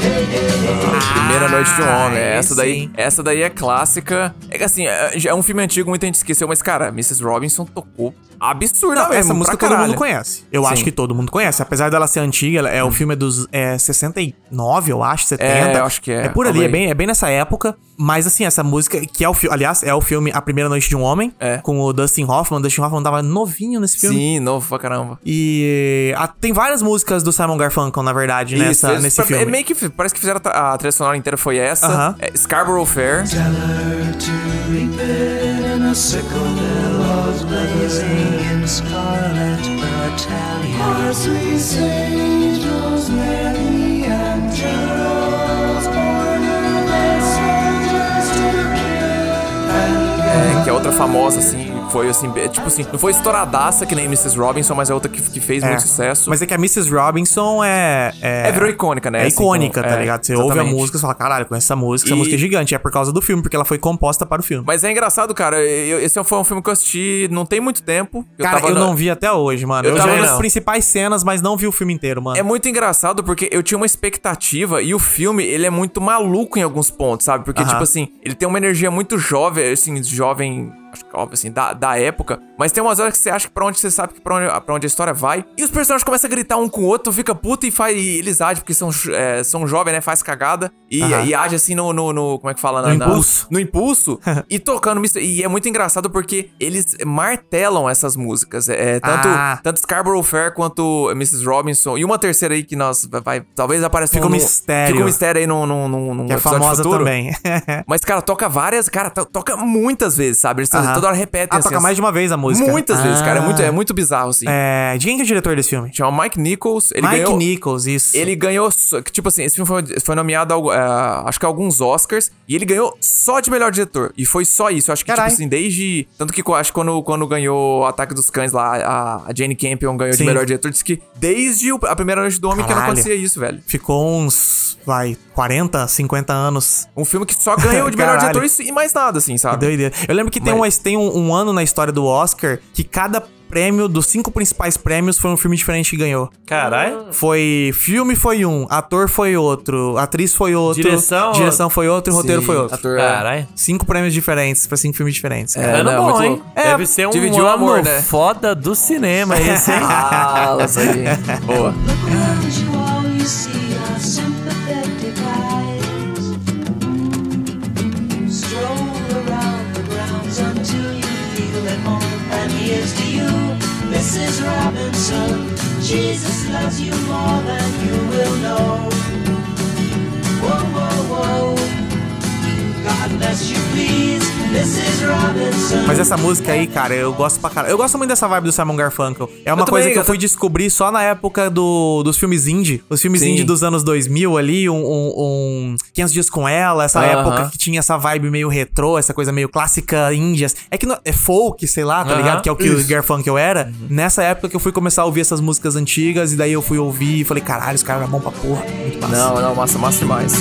J: Hey, hey, hey.
C: Primeira noite Beijo de um Homem.
D: Ah,
C: Essa daí,
D: sim.
C: essa daí é clássica. É que assim, é, é um filme antigo, muita gente esqueceu, mas cara, Mrs. Robinson tocou absurdamente.
B: Não, essa
C: pra
B: música todo
C: caralho.
B: mundo conhece. Eu
C: Sim.
B: acho que todo mundo conhece. Apesar dela ser antiga, ela é o filme é dos é, 69, eu acho, 70.
C: eu acho que Hum. é,
B: É por ali,
C: por
B: é
C: aí.
B: bem, é bem nessa época. Mas assim, essa música, que é o filme. Aliás, é o filme A Primeira Noite de um Homem,
C: É.
B: com o Dustin Hoffman. O Dustin Hoffman tava novinho nesse filme.
C: Sim, novo pra caramba.
B: E ah, tem várias músicas do Simon Garfunkel, na verdade, nessa,
C: eles-
B: nesse
C: pra-
B: filme.
C: É meio que fi- parece que fizeram a tra- a trilha sonora inteira foi essa.
B: Aham.
C: É Scarborough Fair.
K: Tell her to reap it in a sickle that love's blazing in scarlet battalion. Parsley, sage, rosemary, and generals born of their soldiers to kill.
C: É, que é outra famosa, assim, foi assim, be- tipo assim, não foi estouradaça que nem Mrs. Robinson, mas é outra que, que fez
B: É.
C: muito sucesso.
B: Mas é que a Mrs. Robinson é.
C: É, virou icônica, né?
B: É
C: Assim,
B: icônica,
C: como-
B: tá
C: é,
B: ligado? Você ouve a
C: exatamente.
B: música e fala, caralho, com essa música, essa
C: E-
B: música é gigante. É por causa do filme, porque ela foi composta para o filme.
C: Mas é engraçado, cara. eu- esse foi um filme que eu assisti não tem muito tempo.
B: Cara,
C: tava
B: eu
C: na-
B: não vi até hoje, mano.
C: Eu
B: Eu,
C: tava
B: já vi
C: na-
B: as principais cenas, mas não vi o filme inteiro, mano.
C: É muito engraçado porque eu tinha uma expectativa e o filme, ele é muito maluco em alguns pontos, sabe? Porque,
B: Aham.
C: tipo assim, ele tem uma energia muito jovem, assim, jovem, acho que óbvio, assim, da, da época. Mas tem umas horas que você acha que pra onde você sabe que pra onde, pra onde a história vai. E os personagens começam a gritar um com o outro, fica puto e faz. E eles agem, porque são, é, são jovens, né? Faz cagada. E,
B: Aham.
C: e age assim no, no, no- Como é que fala?
B: No impulso.
C: no impulso e tocando misto- e é muito engraçado porque eles martelam essas músicas é, é, tanto
B: Ah.
C: tanto Scarborough Fair quanto Mrs. Robinson e uma terceira aí que nós vai, vai- talvez apareça
B: Fica um
C: no-
B: mistério.
C: fica um mistério aí num, num, num, num
B: que é
C: episódio
B: famosa
C: futuro. Ah,
B: também.
C: mas cara toca várias cara to- toca muitas vezes sabe eles
B: Aham.
C: toda hora repetem
B: ah,
C: assim,
B: toca mais de uma vez a música.
C: muitas vezes cara é
B: Ah.
C: muito é muito bizarro assim
B: É, de quem que é o diretor desse filme?
C: chama Mike Nichols ele
B: Mike
C: ganhou
B: Nichols, isso.
C: ele ganhou, só- que, tipo assim, esse filme foi, foi nomeado, ao- é, acho que a alguns Oscars, e ele ganhou só de melhor diretor. E foi só isso. Acho que,
B: Carai.
C: tipo assim, desde. Tanto que eu acho que quando, quando ganhou o Ataque dos Cães lá, a, a Jane Campion ganhou
B: Sim.
C: de melhor diretor. Disse que desde o- a primeira noite do homem que não
B: Caralho.
C: acontecia isso, velho.
B: Ficou uns, vai, 40, 50 anos
C: Um filme que só ganhou de melhor
B: Caralho.
C: diretor e, e mais nada, assim,
B: Que
C: sabe?
B: doideira. Eu lembro que tem,
C: Mas-
B: uma- tem um, um ano na história do Oscar que cada prêmio, dos cinco principais prêmios, foi um filme diferente que ganhou.
D: Caralho.
B: Foi. Filme foi um, ator foi outro, atriz foi outro,
D: Direção-
B: direção foi outro e roteiro
C: Sim,
B: foi outro.
C: ator-
D: Caralho.
B: Cinco prêmios diferentes pra cinco filmes diferentes. cara.
D: Ano
C: não, é
D: bom,
C: muito
D: hein?
C: louco.
D: Deve ser um
C: dividiu o
D: ano
C: amor, né?
D: foda do cinema esse, hein?
B: Ah,
C: Fala, Sardinha. Ah, Boa.
K: Look around you, all you see are sympathetic eyes. Stroll around the grounds until you feel at home. And here's to you, Mrs. Robinson. Jesus loves you more than you will know. Whoa, whoa, whoa. God bless you, please, Mrs. Robinson.
B: Mas essa música aí, cara, eu gosto pra caralho. Eu gosto muito dessa vibe do Simon Garfunkel. É uma
C: Eu também,
B: coisa que
C: eu
B: eu fui descobrir só na época do, dos filmes indie. Os filmes
C: Sim.
B: indie dos anos 2000 ali, um, um, um 500 Dias com Ela, essa
C: Aham.
B: época que tinha essa vibe meio retrô, essa coisa meio clássica índia. É que não- é folk, sei lá, tá
D: Aham,
B: ligado? Que é o que o Garfunkel era.
C: Uhum.
B: Nessa época que eu fui começar a ouvir essas músicas antigas, e daí eu fui ouvir e falei, caralho, esse cara era bom pra porra. Muito massa.
C: Não, não, massa, massa demais.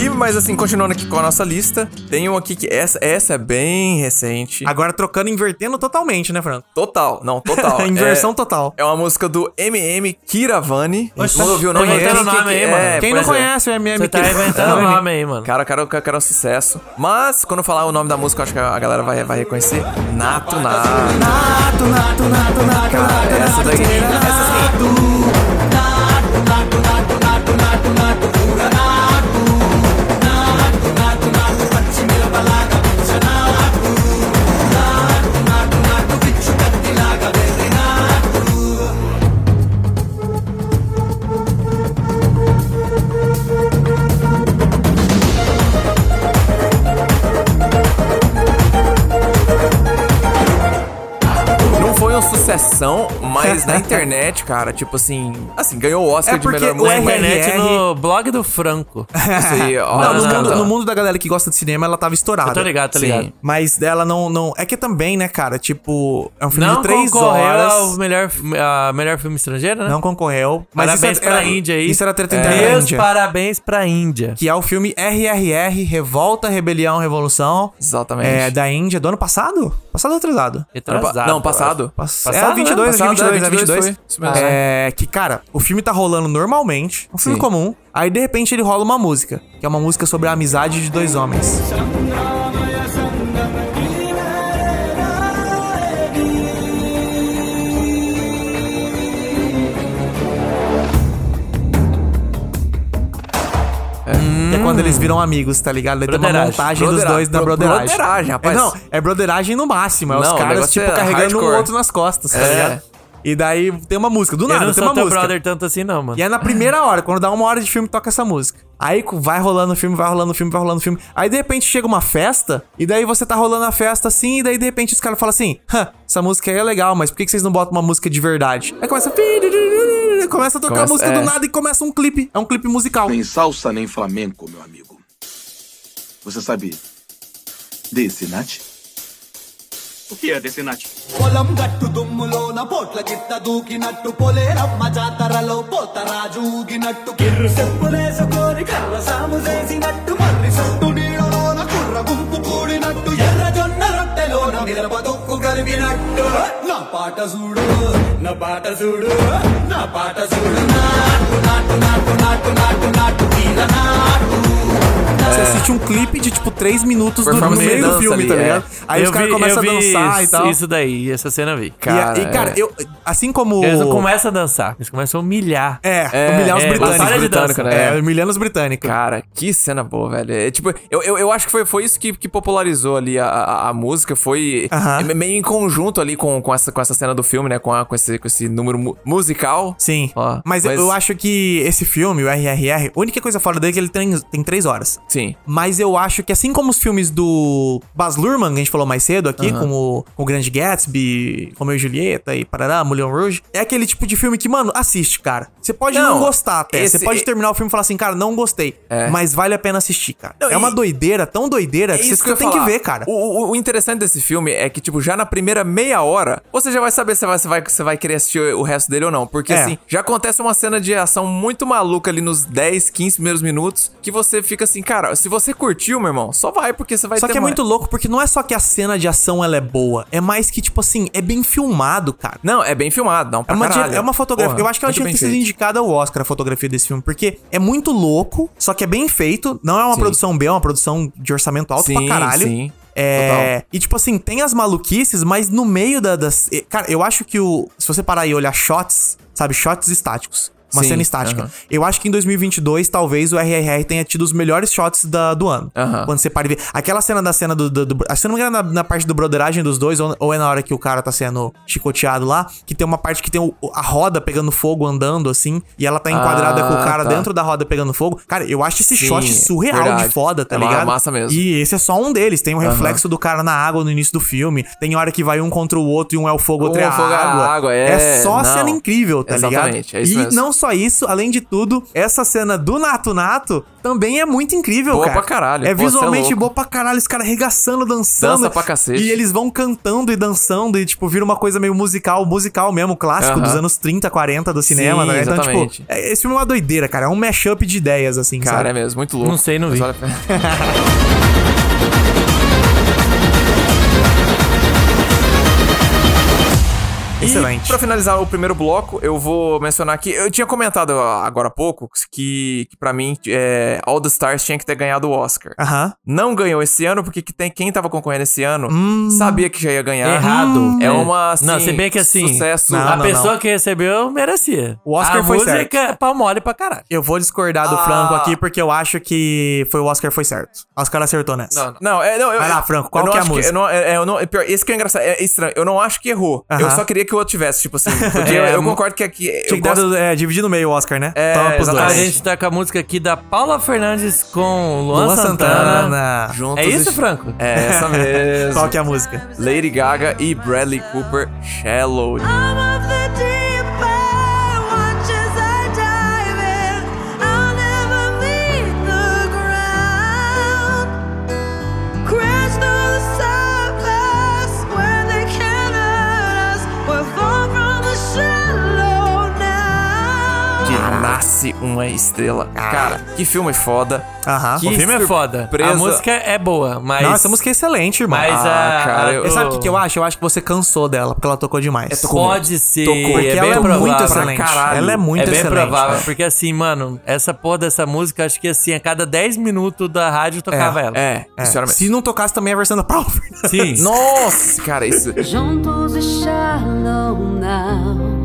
C: E, mas assim, continuando aqui com a nossa lista, tem um aqui que essa, essa é bem recente.
B: Agora trocando, invertendo totalmente, né, Franco?
C: Total, não, total.
B: Inversão
C: É-
B: total.
C: É uma música do MM Kiravani.
D: Oxe,
C: Não ouviu o nome?
D: tá
C: Quem-
D: inventando
C: quem-
D: nome aí,
C: é,
D: mano.
B: Quem não
C: pois é.
B: conhece o MM
D: Você tá
B: que-
D: inventando o nome aí, mano.
C: Cara, cara, cara, cara, é um sucesso. Mas, quando eu falar o nome da música, eu acho que a galera vai, vai reconhecer. Nato Nato.
B: Nato, nato, nato, nato,
C: Cara, essa daí. Essa assim, sim. Não foi um sucesso animação, mas na internet, cara, tipo assim. Assim, ganhou o Oscar
B: É
C: de
B: porque
C: melhor
B: o
C: música.
B: RR
D: Internet no blog do Franco.
C: Isso aí, ó.
B: Não, no,
C: os caras-
B: mundo, Tá no mundo da galera que gosta de cinema, ela tava estourada.
D: Eu tô ligado, tô ligado.
B: Mas ela não, não. É que também, né, cara? Tipo, é um filme
D: Não
B: de três
D: concorreu
B: horas.
D: ao melhor, a melhor filme estrangeiro, né?
B: Não concorreu.
D: parabéns
B: isso é era-
D: pra
B: era-
D: Índia aí.
B: Isso era treta
D: É.
B: interna da
D: Meus
B: Índia.
D: parabéns pra Índia.
B: Que é o filme RRR, Revolta, Rebelião, Revolução.
C: Exatamente.
B: É, da Índia, do ano passado? Passado ou atrasado?
C: Ano pa-
D: Retrasado,
C: não, passado.
B: Pass-
D: Passado,
B: é, 22,
C: né? Passado,
B: 22,
C: é,
B: é, 22,
C: 22, isso mesmo.
B: É, que, cara, o filme tá rolando normalmente, um filme
C: Sim.
B: comum, aí de repente ele rola uma música, que é uma música sobre a amizade de dois homens. Que é quando eles
C: Uhum.
B: viram amigos, tá ligado? Daí tem uma
D: Broderagem.
B: montagem dos
C: Brodera-
B: dois na
C: bro-
B: broderagem.
C: broderagem, rapaz.
B: É, não, é broderagem no máximo. É
C: Não,
B: os
C: o
B: caras,
C: negócio
B: tipo,
C: é
B: carregando
C: hardcore.
B: um outro nas costas, tá
C: É.
B: ligado? E daí tem uma música, do
D: Eu
B: nada,
D: não
B: tem
D: sou
B: uma
D: teu
B: música.
D: brother tanto assim, não, mano.
B: E é na primeira hora, quando dá uma hora de filme, toca essa música. Aí co- vai rolando o filme, vai rolando o filme, vai rolando o filme. Aí de repente chega uma festa, e daí você tá rolando a festa assim, e daí de repente os caras falam assim: Hã, essa música aí é legal, mas por que que vocês não botam uma música de verdade? Aí começa. Começa a tocar
C: Começa-
B: a música
C: é.
B: do nada e começa um clipe. É um clipe musical.
F: Nem salsa, nem flamenco, meu amigo. Você sabe desse, Nath?
K: పొలం గట్టు దుమ్ములోన పోట్ల గిట్ట దూకినట్టు పొలేరమ్మ జాతరలో పోతరాజు ఊగినట్టు కిర్రు చెప్పులేసుకొని కర్ర సాము చేసినట్టు మర్రి చుట్టు నీడలోన కుర్ర గుంపు కూడినట్టు ఎర్ర జొన్న రొట్టెలోన మిరప దొక్కు కలిగినట్టు నా పాట చూడు నా పాట చూడు నా పాట చూడు నాటు నాటు నాటు నాటు నాటు నాటు తీర నాటు
B: Você assiste um clipe de tipo 3 minutos do, no
C: Performance
B: meio
C: de
B: do
C: dança
B: filme,
C: ali,
B: tá
C: é.
B: ligado? Aí
D: Eu
B: os caras
D: vi-
B: começam a
D: eu vi
B: dançar e
D: isso-
B: tal.
D: Isso daí, essa cena eu vi.
B: E a- e,
C: Cara,
B: cara,
C: é.
B: eu. Assim como.
D: Eles não começam a dançar, eles começam a humilhar.
B: É,
C: É,
B: humilhar os
D: é, batalha
B: britânicos.
D: de dança,
B: É,
C: né?
B: humilhando os britânicos.
C: Cara, que cena boa, velho. É, tipo, eu, eu, eu acho que foi, foi isso que, que popularizou ali a, a, a música. Foi
B: Aham.
C: é me- meio em conjunto ali com, com, essa, com essa cena do filme, né? Com, a- com, esse, com esse número mu- musical.
B: Sim.
C: Ó,
B: mas, eu- eu acho que esse filme, o RRR, a única coisa fora dele é que ele tem, tem três horas.
C: Sim.
B: Mas eu acho que, assim como os filmes do Baz Luhrmann, que a gente falou mais cedo aqui, com, o, com o Grande Gatsby, Romeo e Julieta e Parará, Moulin Rouge, é aquele tipo de filme que, mano, assiste, cara. Você pode não,
C: Não,
B: gostar até,
C: esse- É.
B: você pode terminar o filme e falar assim, cara, não gostei, mas vale a pena assistir, cara.
C: Não,
B: é
C: e-
B: uma doideira, tão doideira, que
C: É
B: você
C: isso que eu ia
B: tem que
C: falar.
B: ver, cara.
C: O, o- o interessante desse filme é que, tipo, já na primeira meia hora, você já vai saber se vai, se vai, se vai querer assistir o resto dele ou não. Porque,
B: É.
C: assim, já acontece uma cena de ação muito maluca ali nos 10, 15 primeiros minutos, que você fica assim, cara, se você curtiu, meu irmão, só vai, porque você vai
B: Só
C: ter
B: que é
C: mais-
B: muito louco, porque não é só que a cena de ação ela é boa, é mais que, tipo assim, é bem filmado, cara.
C: Não, é bem filmado, não.
B: É
C: pra
B: uma,
C: caralho.
B: dire- é uma fotografia.
C: Porra,
B: eu acho que ela
C: muito
B: tinha
C: bem
B: que ser
C: feito.
B: indicada ao Oscar, a fotografia desse filme, porque é muito louco, só que é bem feito. Não é uma
C: Sim.
B: produção B, é uma produção de orçamento alto pra
C: Sim,
B: caralho.
C: sim.
B: É,
C: Total.
B: e tipo assim, tem as maluquices, mas no meio da- das. e, Cara, eu acho que o. Se você parar e olhar shots, sabe, shots estáticos. Uma
C: Sim,
B: cena estática.
C: aham.
B: Eu acho que em 2022, talvez o RRR tenha tido os melhores shots da- do ano.
C: Aham.
B: Quando você para e vê. Aquela cena da cena do. do, do se eu não me engano, na, na parte do broderagem dos dois, ou, ou é na hora que o cara tá sendo chicoteado lá, que tem uma parte que tem o- a roda pegando fogo andando assim, e ela tá enquadrada com o cara
C: tá.
B: dentro da roda pegando fogo. Cara, eu acho esse
C: Sim,
B: shot surreal de
C: verdade.
B: foda, tá
C: É ma-
B: ligado?
C: massa mesmo.
B: E esse é só um deles. Tem o reflexo do cara na água no início do filme. Tem hora que vai um contra o outro e um é o fogo, outro é a
C: Um é o fogo,
B: água.
C: a água, é,
B: só
C: não.
B: cena incrível, tá
C: Exatamente,
B: ligado?
C: é isso
B: e
C: mesmo.
B: não só isso, além de tudo, essa cena do Nato Nato também é muito incrível,
C: Boa
B: cara.
C: pra caralho,
B: É
C: pô, cê é
B: visualmente
C: louco.
B: boa pra caralho. Os caras arregaçando, dançando.
C: Dança pra cacete.
B: E eles vão cantando e dançando e, tipo, vira uma coisa meio musical, musical mesmo, clássico
C: Aham.
B: dos anos 30, 40 do cinema,
C: Sim,
B: né? Então,
C: exatamente.
B: tipo, é- esse filme é uma doideira, cara. É um mashup de ideias, assim,
C: Cara,
B: sabe?
C: é mesmo, muito louco. é
D: Não sei, não
C: Mas
D: vi.
C: vale a pena.
B: Excelente.
C: E pra finalizar o primeiro bloco, eu vou mencionar aqui. Eu tinha comentado ah, agora há pouco que, que pra mim, é, All the Stars tinha que ter ganhado o Oscar.
B: Aham.
C: Não ganhou esse ano, porque que tem, quem tava concorrendo esse ano
B: Hum.
C: sabia que já ia ganhar.
D: Errado.
C: É uma, assim,
D: Não, se bem que assim.
C: sucesso.
D: a
B: não,
D: pessoa que recebeu merecia.
B: O Oscar
D: a
B: foi
D: música
B: certo.
D: é pau mole pra caralho.
B: Eu vou discordar do
C: Ah.
B: Franco aqui porque eu acho que foi o Oscar foi certo. O Oscar acertou nessa.
C: Não, não, é, não eu,
B: Vai lá, Franco, qual
C: eu não
B: que é a
C: acho
B: música?
C: eu não, é, é, eu não, é pior, esse que é engraçado, é, é estranho. Eu não acho que errou.
B: Aham.
C: Eu só queria que o outro tivesse, tipo assim. Podia,
B: É,
C: eu
B: mu-
C: concordo que aqui. eu
B: Tinha que
C: gosto-
B: dar, é, dividir no meio o Oscar, né?
C: É,
B: Toma pros
D: A
C: exatamente.
B: dois.
D: gente tá com a música aqui da Paula Fernandes com Luan,
B: Luan
D: Santana.
B: Santana.
C: Juntos
D: É isso,
C: e-
D: Franco?
C: É essa
B: Qual
C: mesmo.
B: que é a música?
C: Lady Gaga e Bradley Cooper, Shallow.
K: I'm of the deep end, watch as I dive in. I'll never meet the ground. Crash through the surface where they can't hurt us. We're far from the shallow now.
C: Que
B: Ah.
C: nasce uma estrela. Cara, que filme foda.
B: Aham.
D: O filme é foda.
C: surpresa.
D: A música é boa, mas.
B: Nossa, essa música é excelente, irmão.
D: Mas
C: Ah,
D: a.
C: cara,
D: a-
C: eu-
B: E sabe o que, que eu acho? Eu acho que você cansou dela, porque ela é tocou
D: É,
B: demais.
D: Pode ser.
C: Tocou.
B: Porque
D: é bem
B: ela é
D: provável.
B: muito
D: pra
B: excelente.
D: caralho.
B: Ela é muito
D: é bem
B: excelente,
D: provável,
B: cara.
D: porque assim, mano, essa porra dessa música, acho que assim, a cada 10 minutos da rádio tocava ela.
C: É,
B: É.
C: sinceramente.
B: Se não tocasse também a versão da Paula Fernandes.
D: Sim.
C: Nossa, cara, isso.
I: Juntos e shallow now.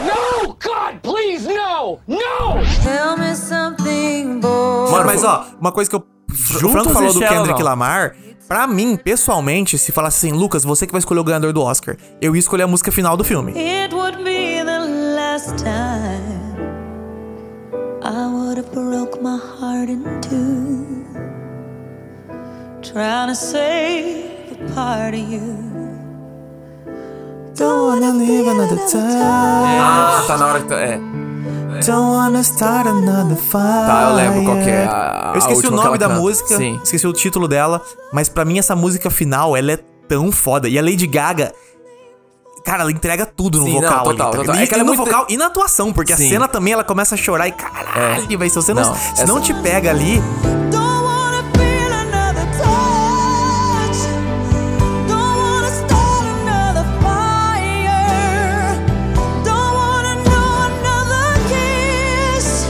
E: No! God, please, no! No!
K: Tell me something, boy.
B: Mano, mas ó, uma coisa que eu. o Franco
D: Juntos
B: falou
D: e
B: do
D: Shallow
B: Kendrick
D: Now.
B: Lamar. Pra mim, pessoalmente, se falasse assim, Lucas, você que vai escolher o ganhador do Oscar, eu ia escolher a música final do filme.
K: It would be the last time I would have broke my heart in two Trying to save a part of you
B: Don't wanna live another time.
C: Ah, tá na hora que. tá- É.
B: Don't wanna start another fight.
C: Tá, eu lembro qual que é a- a
B: Eu esqueci o
C: última que
B: nome
C: ela
B: da
C: canta.
B: música,
C: Sim.
B: esqueci o título dela, mas pra mim essa música final, ela é tão foda. E a Lady Gaga, cara, ela entrega tudo no
C: Sim, não,
B: vocal ali, tá
C: total,
B: ligado?
C: total.
B: E,
C: É que
B: e
C: ela é
B: no
C: muito-
B: vocal e na atuação, porque a
C: Sim. É.
B: cena também ela começa a chorar e caralho, véi, se você não,
C: Não,
B: se
C: essa-
B: não te pega ali,
K: Don't wanna feel another touch Don't wanna start another fire Don't wanna know another kiss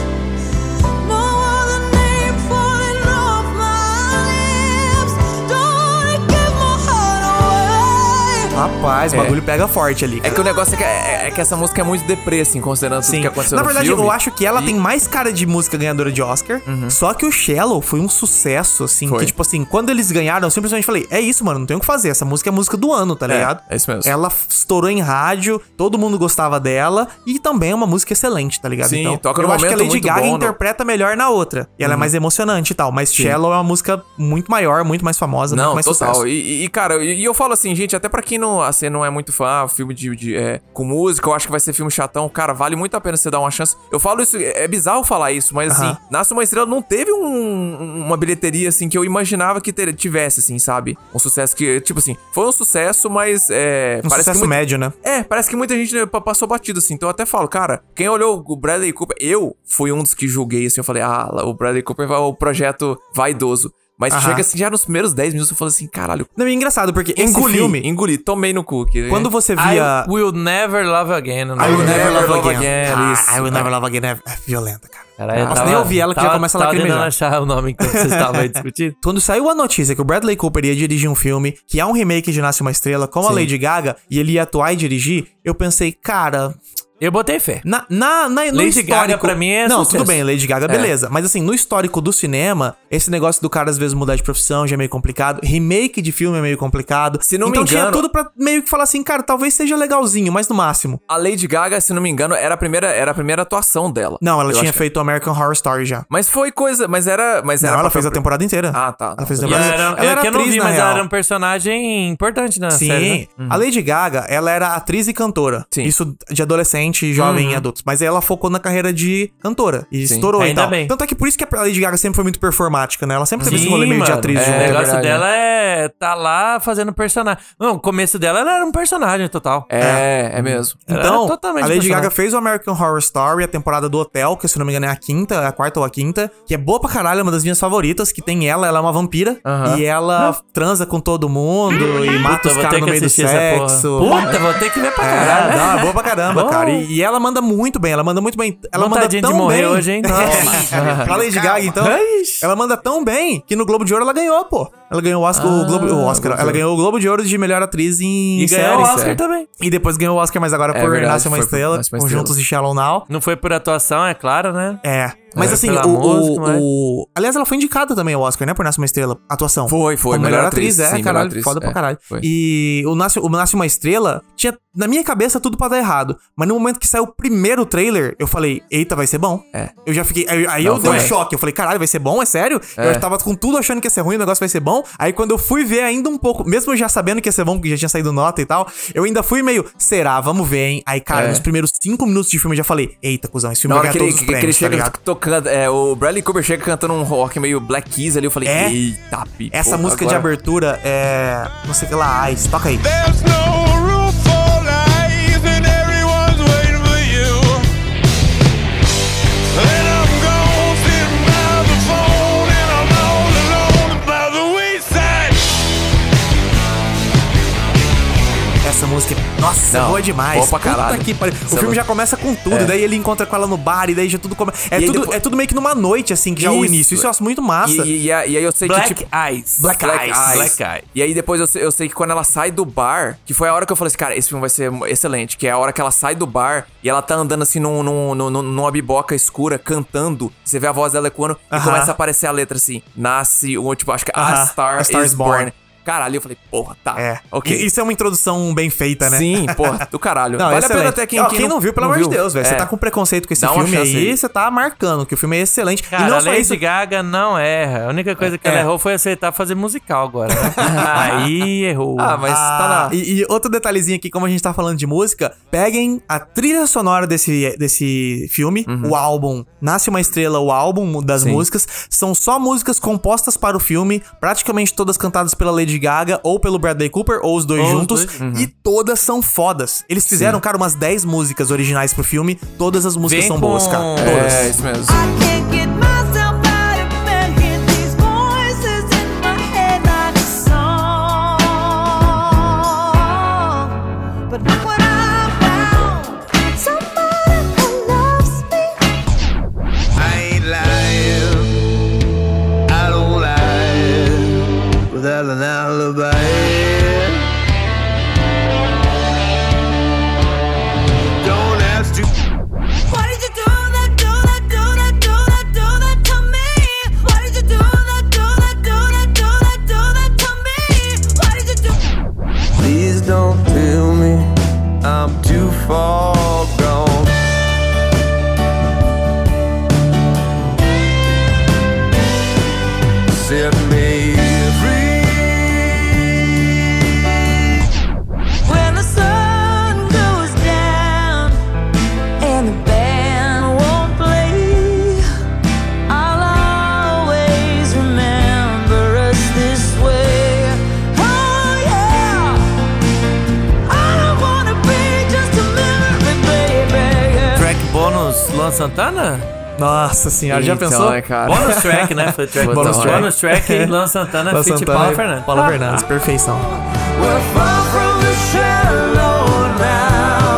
K: No other name falling off my lips Don't wanna give my heart away
B: rapaz, o
C: É.
B: bagulho pega forte ali.
C: É
B: cara.
C: que o negócio é que, é- é que essa música é muito deprê, assim, considerando tudo
B: Sim.
C: que aconteceu
B: Na
C: no
B: verdade,
C: filme.
B: eu acho que ela
C: E- Uhum.
B: tem mais cara de música ganhadora de Oscar. Só que o Shallow foi um sucesso, assim.
C: Foi.
B: Que, tipo assim, quando eles ganharam, eu simplesmente falei: é isso, mano, não tem o que fazer. Essa música é a música do ano, tá
C: É,
B: ligado?
C: é isso mesmo.
B: Ela f- estourou em rádio, todo mundo gostava dela. E também é uma música excelente, tá ligado?
C: Sim, toca
B: eu
C: num
B: acho que a
C: momento
B: Lady
C: muito
B: Gaga
C: bom, né? Uhum. no-
B: interpreta melhor na outra. E ela é mais emocionante e tal. Mas Shallow é uma música muito maior, muito mais famosa,
C: Não,
B: muito mais
C: total.
B: sucesso.
C: E, e- e, cara, e, e eu falo assim, gente, até pra quem não, assim, não é muito fã, filme de, de, é, com música, eu acho que vai ser filme chatão, cara, vale muito a pena você dar uma chance. Eu falo isso, é é bizarro falar isso, mas
B: Aham.
C: assim, Nasce Uma Estrela não teve um- uma bilheteria, assim, que eu imaginava que ter- tivesse, assim, sabe? Um sucesso que, tipo assim, foi um sucesso, mas é...
B: Um
C: que
B: sucesso
C: muito-
B: médio, né?
C: É, parece que muita gente né, pa- passou batido, assim. Então eu até falo, cara, quem olhou o Bradley Cooper, eu fui um dos que julguei, assim. Eu falei, ah, lá, o Bradley Cooper vai o projeto vaidoso. Mas
B: Aham.
C: chega assim, já nos primeiros 10 minutos eu falei assim, caralho,
B: Não, e é engraçado, porque esse
C: engoli,
B: filme,
C: engoli, tomei no cu. Que,
B: quando você via.
D: I will never love again. né?
B: I Will Never Love
C: Love
B: Again.
C: Again,
B: Ah,
C: isso.
B: I Will Never Love Again é, é violenta, cara.
D: Caralho, eu
B: Nossa,
D: tava-
B: nem ouvi ela que já
D: tava-
B: começa a
D: tava
B: lacrimejar.
D: tentando achar o nome que vocês estavam aí discutindo.
B: Quando saiu a notícia que o Bradley Cooper ia dirigir um filme, que há um remake de Nasce Uma Estrela com a Lady Gaga, e ele ia atuar e dirigir, eu pensei, cara,
D: Eu botei fé.
B: na, na, na- no
D: Lady
B: histórico...
D: Gaga, pra mim, é
B: Não,
D: sucesso.
B: tudo bem, Lady Gaga, beleza. Mas assim, no histórico do cinema, esse negócio do cara às vezes mudar de profissão já é meio complicado, remake de filme é meio complicado.
C: Se não me
B: então tinha
C: engano-
B: tudo pra meio que falar assim, cara, talvez seja legalzinho, mas no máximo.
C: A Lady Gaga, se não me engano, era a primeira, era a primeira atuação dela.
B: Não, ela
C: Eu
B: tinha
C: acho que-
B: feito American Horror Story já.
C: Mas foi coisa, mas era... Mas
B: Não,
C: era
B: ela
C: pra-
B: fez a temporada inteira.
C: Ah, tá.
B: Ela fez a
D: E ela
B: temporada
D: era,
B: inteira.
D: é que eu não
B: atriz,
D: vi,
B: na
D: mas
B: real.
D: ela era um personagem importante na
B: Sim,
D: série. né?
B: a Lady Gaga, ela era atriz e cantora.
C: Sim.
B: Isso de adolescente, jovem
D: Uhum.
B: e adultos. Mas ela focou na carreira de cantora. E estourou e
D: Ainda
B: tal.
D: bem.
B: Tanto é que por isso que a Lady Gaga sempre foi muito performática, né? Ela sempre teve esse rolê meio de
D: mano.
B: atriz
D: É,
B: junto. né?
D: O negócio
C: verdade,
D: dela é tá lá fazendo personagem. Não, o começo dela ela era um personagem total.
C: É, é mesmo.
D: Ela
B: Então,
D: era totalmente
B: a Lady
D: personagem.
B: Gaga fez o American Horror Story, a temporada do Hotel, que se não me engano é a quinta, é a quarta ou a quinta, que é boa pra caralho, é uma das minhas favoritas, que tem ela, ela é uma vampira,
C: Aham.
B: e ela transa com todo mundo e mata
D: Puta,
B: os
D: vou
B: caras
D: ter
B: no
D: que
B: meio do
D: assistir essa porra.
B: sexo.
D: Puta, vou ter que ver pra caralho. né?
B: É, não, é boa pra caramba,
D: Bom.
B: cara. E, e ela manda muito bem, ela manda muito bem. Ela
D: Vontadinha
B: manda tão
D: de morrer
B: bem.
D: hoje, hein? Nossa.
B: Pra Lady Gaga, então. Ela manda tão bem que no Globo de Ouro ela ganhou, pô. Ela ganhou o Oscar,
D: Ah,
B: o Globo, o Oscar. Ela ganhou o Globo de Ouro de melhor atriz em
D: E ganhou
B: série.
D: o Oscar
C: série.
D: também.
B: E depois ganhou o Oscar, mas agora
C: É
B: por
C: verdade,
B: Nasce uma
C: foi por
B: Estrela,
C: Nasce Uma
B: com
C: Estrela.
B: Juntos e Shallow Now.
D: Não foi por atuação, é claro, né?
B: É. Mas
D: É,
B: assim,
D: pela
B: o,
D: música,
B: o-
D: mas-
B: o- Aliás, ela foi indicada também ao Oscar, né? Por Nasce uma Estrela. Atuação.
C: Foi, foi.
B: Como melhor, atriz, é,
C: sim, melhor
B: caralho.
C: atriz,
B: foda
C: é,
B: pra caralho.
C: foi.
B: E o Nasce, o Nasce uma Estrela tinha, na minha cabeça, tudo pra dar errado. Mas no momento que saiu o primeiro trailer, eu falei, eita, vai ser bom.
C: É.
B: Eu já fiquei. Aí, aí
C: Não,
B: eu dei um
C: foi.
B: choque. Eu falei, caralho, vai ser bom? É sério?
C: É.
B: Eu tava com tudo achando que ia ser ruim, o negócio vai ser bom. Aí quando eu fui ver ainda um pouco, mesmo já sabendo que ia ser bom, porque já tinha saído nota e tal, eu ainda fui meio, será? Vamos ver, hein? Aí, cara,
C: É.
B: nos primeiros cinco minutos de filme eu já falei, eita, cuzão, esse filme
C: Na
B: vai
C: hora
B: ganhar
C: que
B: todos
C: ele,
B: os
C: que- que
B: prêmios,
C: ele
B: tá
C: chega
B: ligado?
C: tocando. É, o Bradley Cooper chega cantando um rock meio Black Keys ali. Eu falei,
B: É?
C: eita, pico.
B: Essa música de abertura é. Não sei o que lá, Ice. Toca aí.
E: There's no room for lies, and everyone's waiting for you. Then I'm gone sitting by the phone, and I'm all alone by the wayside.
B: Essa música. é- Nossa,
C: Não,
B: boa demais.
C: boa pra caralho.
B: Puta que pariu. O
C: Essa
B: filme
C: música-
B: já começa com tudo.
C: É.
B: Daí ele encontra com ela no bar, e daí já tudo começa. É,
C: E aí
B: tudo,
C: depois-
B: é tudo meio que numa noite, assim, que já é o
C: Isso,
B: início. Isso eu acho muito massa.
C: E, e- e aí eu sei que,
D: Black
C: tipo.
D: Eyes.
B: Black Eyes.
D: Black Eyes.
C: E aí depois eu sei, eu sei que quando ela sai do bar, que foi a hora que eu falei assim, cara, esse filme vai ser excelente, que é a hora que ela sai do bar e ela tá andando assim num, num, num- num- numa biboca escura, cantando. Você vê a voz dela ecoando e
B: Aham.
C: começa a aparecer a letra assim, nasce, ou tipo, acho que a
B: Aham.
C: Star,
B: A Star
C: is
B: is Born.
C: Born. Cara, ali eu falei, porra, tá.
B: É.
C: Ok.
B: E- Isso é uma introdução bem feita, né?
C: Sim, porra, do caralho.
B: Não,
C: vale
B: excelente.
C: a pena até quem,
B: Ó, quem não viu, pelo amor de Deus, velho. Você
C: É.
B: tá com preconceito com esse
C: Dá uma
B: filme
C: chance
B: aí,
C: aí.
B: você tá marcando que o filme é excelente.
D: Cara,
B: e não
D: a
B: só
D: Lady
B: isso.
D: Gaga não erra. A única coisa que
B: É.
D: ela errou foi aceitar fazer musical agora. né? Aí errou.
C: Ah, mas tá
B: Ah,
C: na...
B: E, e outro detalhezinho aqui, como a gente tá falando de música, peguem a trilha sonora desse, desse filme,
C: Uhum.
B: o álbum Nasce uma Estrela, o álbum das músicas. São só músicas compostas para o filme, praticamente todas cantadas pela Lady Gaga ou pelo Bradley Cooper, ou os dois
D: Ou os
B: juntos.
D: dois.
C: uhum.
B: E todas são fodas. Eles fizeram, cara, umas 10 músicas originais pro filme. Todas as músicas
D: Vem
B: são
D: com-
B: boas, cara.
D: É,
B: Todas.
C: É, isso mesmo.
K: I can't get myself out of bed. Hear these voices in my head like a song. But look what I found. Somebody who loves me.
F: I ain't lying. I don't lie without an alibi. Don't ask to.
K: Why did you do that? Do that? Do that? Do that? Do that to me? Why did you do that? Do that? Do that? Do that? Do that to me? Why did you do?
F: Please don't tell me I'm too far gone. Set me free.
K: When the sun goes down and the band won't play, I'll always remember us this way. Oh yeah, I don't wanna be just a memory, baby.
D: Track bônus Luan Santana?
B: Nossa senhora, já
C: Então,
B: pensou?
C: é, cara.
D: Bônus track, né? Foi track.
B: Bônus track.
D: Bônus track Luan Santana, né?
B: Luan
D: feat.
B: é. Santana
D: Paula
B: e
D: Fernandes.
B: Paula
D: Ah,
B: Fernandes, perfeição.
F: We're far from the shallow now.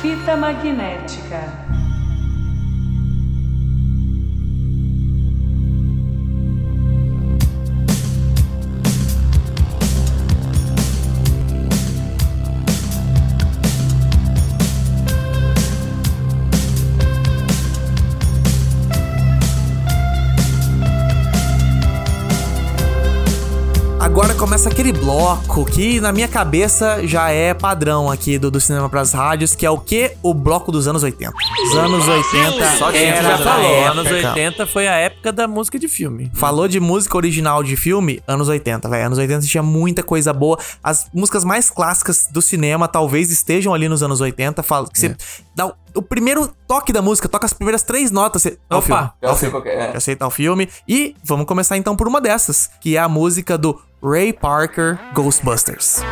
A: Fita magnética.
B: Agora começa aquele bloco que na minha cabeça já é padrão aqui do, do cinema pras rádios, que é o que? O bloco dos anos 80. Os anos 80
D: Só que
B: era
D: a gente já
B: da
D: falou,
B: é época.
D: anos 80 foi a época da música de filme.
B: Falou de música original de filme, anos 80, velho. Anos 80 tinha muita coisa boa. As músicas mais clássicas do cinema talvez estejam ali nos anos 80. Fala, que
C: É.
B: você dá o, o primeiro toque da música, toca as primeiras três notas. Você, Opa, filme,
C: Eu
B: ao
C: sei
B: filme.
C: qual que é.
B: Já sei tal filme. E vamos começar então por uma dessas, que é a música do Ray Parker Ghostbusters.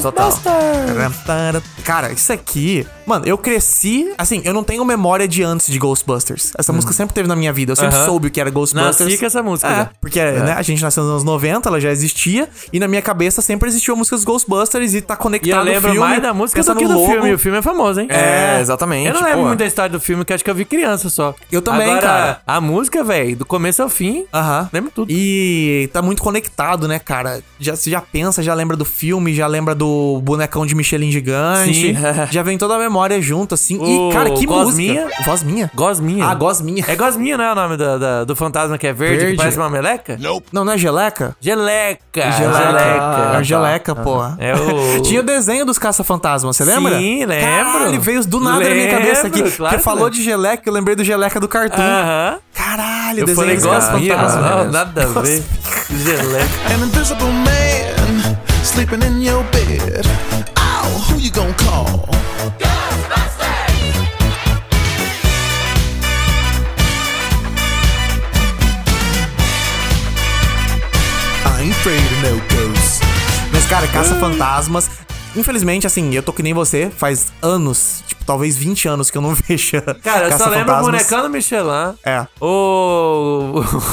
D: Ghostbusters!
B: Total. Cara, isso aqui. Mano, eu cresci. Assim, eu não tenho memória de antes de Ghostbusters.
C: Hum.
B: Essa música sempre teve na minha vida. Eu sempre
D: Aham.
B: soube o que era Ghostbusters.
D: Nasci com essa música já.
B: É, porque né, a gente nasceu nos anos 90, ela já existia. E na minha cabeça sempre existiu a música dos Ghostbusters e tá
D: E eu
B: conectado ao
D: lembro
B: filme.
D: mais da música
B: pensa
D: do que
B: no
D: do
B: logo.
D: filme. E o filme é famoso, hein?
C: É, exatamente.
D: Eu não lembro
C: pô.
D: muito da história do filme, que acho que eu vi criança só.
B: Eu também,
D: Agora,
B: cara.
D: A música, velho, do começo ao fim, ah,
B: Aham.
D: lembro tudo.
B: E tá muito conectado, né, cara? Já, você já pensa, já lembra do filme, já lembra do bonecão de Michelin gigante.
D: Sim.
B: já vem toda a memória junto, assim.
D: O
B: e, cara, que
D: Gosminha.
B: música. Voz minha?
D: Gosminha.
B: Ah, Gosminha.
D: É Gosminha, né? O nome da- da- do fantasma que é verde,
B: Verde.
D: que parece uma meleca?
B: Não, não é geleca?
D: Geleca.
F: Ah,
B: É
F: tá.
D: Geleca.
B: o geleca, porra.
D: É o-
B: Tinha o desenho dos caça-fantasmas, você lembra?
D: Sim, lembro.
B: Ele veio do nada na minha
D: Lembro,
B: cabeça aqui.
D: claro
B: Porque
D: que
B: falou
D: lembro.
B: de geleca, eu lembrei do geleca do cartoon.
D: Aham.
B: Caralho,
D: Eu
B: desenho
D: falei
B: dos
D: Gosminha,
B: caça-fantasmas.
D: mas não, nada a ver. Geleca.
F: An invisible man sleeping in your bed. Ow, who you gonna call?
D: ah.
F: I ain't afraid of no ghosts.
B: Mas, cara, caça-fantasmas. Infelizmente, assim, eu tô que nem você, faz anos, tipo, talvez 20 anos que eu não vejo.
D: Cara, eu só lembro o
B: Caça-Fantasmas.
D: bonecão do Michelin.
B: É.
D: O.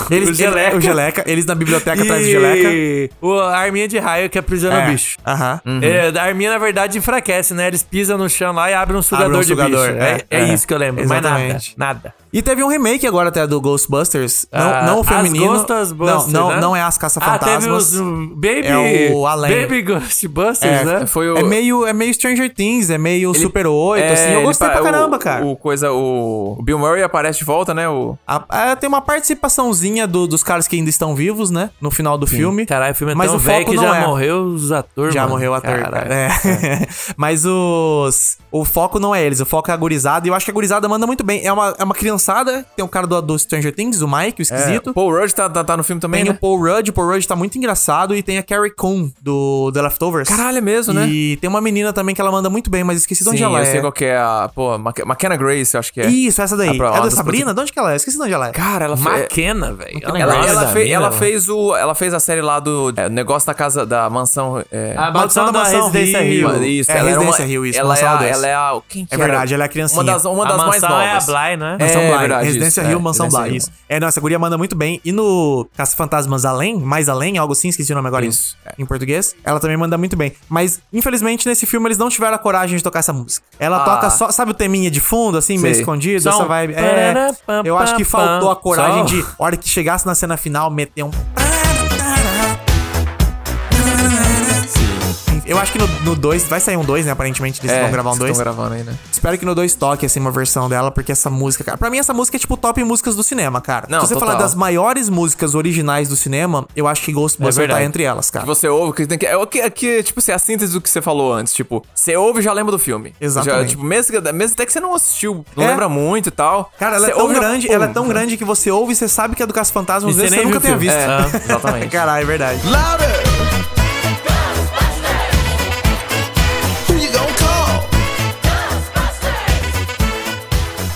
B: Eles,
D: o Geleca.
B: o Geleca, eles na biblioteca
D: e...
B: atrás do Geleca. É.
D: O a Arminha de raio que aprisiona o bicho.
B: Aham.
D: É, da arminha, na verdade, enfraquece, né? Eles pisam no chão lá e abrem um sugador
B: Abre um
D: de
B: sugador,
D: bicho. É,
B: é,
D: é
B: é.
D: isso que eu lembro.
B: Exatamente.
D: Mas nada. Nada.
B: E teve um remake agora até do Ghostbusters. Não,
D: Ah,
B: não o
D: as
B: feminino.
D: Ghostas Busters,
B: não, não,
D: né?
B: não é as
D: Ah, teve os
B: caça-fantasmas.
D: um, Baby.
B: É o além.
D: Baby Ghostbusters,
B: é,
D: né?
C: foi o-
B: é, meio, é meio Stranger Things, é meio Super 8,
C: É,
B: assim. Eu
C: ele
B: gostei
C: pa-
B: pra caramba,
C: o,
B: cara.
C: O coisa, o, o Bill Murray aparece de volta, né? O,
B: A- a- tem uma participaçãozinha do- dos caras que ainda estão vivos, né? No final do filme.
D: Caralho, o filme é
B: Mas
D: tão
B: o
D: velho
B: foco
D: que
B: não
D: já
B: é.
D: morreu os atores.
B: Já
D: mano.
B: morreu a ator,
D: Caralho.
B: cara. É. Mas os. O foco não é eles, o foco é a gurizada. E eu acho que a gurizada manda muito bem. É uma, é uma criançada, tem o cara do, do Stranger Things, o Mike, o esquisito.
C: é, Paul Rudd tá, tá, tá no filme também,
B: Tem o
C: né?
B: Paul Rudd, o Paul Rudd tá muito engraçado. E tem a Carrie Coon, do The Leftovers.
C: Caralho, é mesmo, né?
B: E tem uma menina também que ela manda muito bem, mas esqueci de onde
C: Sim,
B: ela
C: eu
B: é.
C: sei qual que é a... Pô, Mac- McKenna Grace, eu acho que é.
B: Isso, essa daí.
C: Ah, pra-
B: é
C: uma
B: da
C: das
B: Sabrina? De onde que ela é? Esqueci de onde ela é.
C: Cara, ela foi...
D: Maquena, velho.
C: Ela, ela fez, ela fez o, ela fez a série lá do é, negócio da casa, da mansão... É,
D: A mansão da,
B: da Mansão
D: Residência
B: Rio.
D: Rio.
C: Mas Isso,
B: É,
C: ela era uma,
B: Residência Hill, isso,
C: Ela é,
B: Mansão
C: a,
B: Dois.
C: ela é a... Quem que
B: É
C: era?
B: verdade, ela é a criancinha.
C: Uma das, uma
D: A
C: das mais
D: mansão é a
C: novas.
D: Bly, né?
B: Mansão
C: É,
B: Bly,
C: verdade,
B: Residência
C: isso,
B: Rio,
C: é,
B: Mansão
C: Residência
B: Bly.
C: Hill.
B: Isso. É, não, essa guria manda muito bem. E no Caça Fantasmas Além, Mais Além, algo assim, esqueci o nome agora em-
C: Isso, é.
B: em, português. Ela também manda muito bem. Mas, infelizmente, nesse filme eles não tiveram a coragem de tocar essa música. Ela
C: Ah.
B: toca só, sabe o teminha de fundo, assim, meio
C: Sei.
B: escondido?
D: Só
B: Essa
D: um
B: vibe. É,
D: parará, pam,
B: eu acho que
D: pam,
B: faltou a
D: pam.
B: coragem
D: Só um.
B: de, hora que chegasse na cena final, meter um. Eu acho que no 2, vai sair um 2, né? Aparentemente eles
C: É,
B: vão gravar um
C: vocês tão
B: 2.
C: gravando aí, né?
B: Espero que no 2 toque assim uma versão dela, porque essa música, cara. Pra mim, essa música é tipo top músicas do cinema, cara.
C: Não,
B: Se você
C: total.
B: falar das maiores músicas originais do cinema, eu acho que
D: É
B: Ghostbusters tá
D: verdade.
B: entre elas,
C: que
B: cara.
C: você ouve, que tem que. É o que, é que, tipo assim, a síntese do que você falou antes. Tipo, você ouve e já lembra do filme.
B: Exatamente.
C: Já, tipo, mesmo, que- mesmo até que você não assistiu, não
B: É.
C: lembra muito e tal.
B: Cara, ela é
C: você
B: tão
C: ouve e já-
B: grande,
C: Pum.
B: ela é tão grande que você ouve e você sabe que é do Caça Fantasma,
D: E
B: às
D: você
B: vezes você
D: nem
B: nunca
D: viu
B: tenha
D: o filme.
B: visto.
C: É, exatamente.
B: Caralho, é verdade.
F: Louder! Who you gonna call?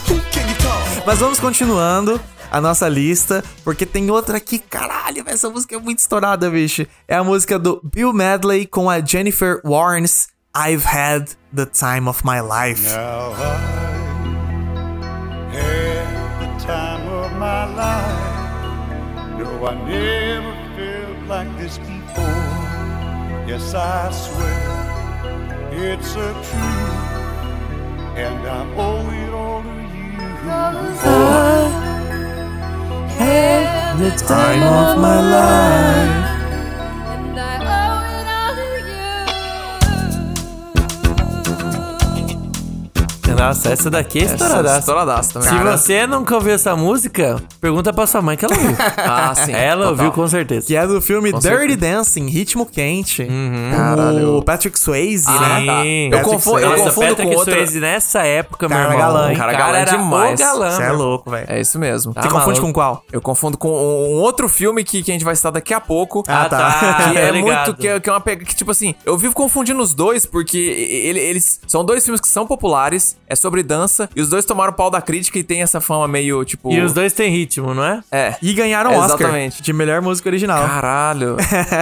F: Who can you call?
B: Mas vamos continuando a nossa lista, porque tem outra aqui, caralho, velho, essa música é muito estourada, bicho. É a música do Bill Medley com a Jennifer Warnes, I've Had the Time of My Life.
E: Now I had the time of my life. No, I never felt like this before. Yes, I swear it's a truth, and I owe it all to you.
B: Time of My Life.
D: Nossa, essa daqui é
C: Estouradaço.
D: estouradaça.
C: Estouradaço também.
D: Se você nunca ouviu essa música, pergunta pra sua mãe que ela ouviu.
C: Ah, sim.
D: ela
C: total.
D: ouviu com certeza.
B: Que é do filme Dirty Dancing, Ritmo Quente. Com o Patrick Swayze,
C: Uhum. Ah,
B: né?
C: tá.
D: Sim.
C: Eu confundo, eu
D: Nossa,
C: confundo
D: Patrick
C: com outra.
D: Swayze nessa época,
B: Cara
D: meu irmão.
B: galã, hein?
D: O cara,
C: Cara galã
D: era
C: demais.
D: o galã.
B: Você é louco, velho.
C: É isso mesmo.
B: Você
C: Tá
B: confunde
C: maluco.
B: com qual?
C: Eu confundo com um, um outro filme que, que a gente vai citar daqui a pouco.
B: Ah, tá.
C: Que
D: Tá
C: é
D: ligado.
C: muito. Que é, que é uma pega. Que, tipo assim, eu vivo confundindo os dois, porque ele- eles. São dois filmes que são populares. É sobre dança. E os dois tomaram pau da crítica e tem essa fama meio, tipo...
D: E os dois têm ritmo, não é?
C: É.
B: E ganharam o
C: Exatamente.
B: Oscar de melhor música original.
C: Caralho.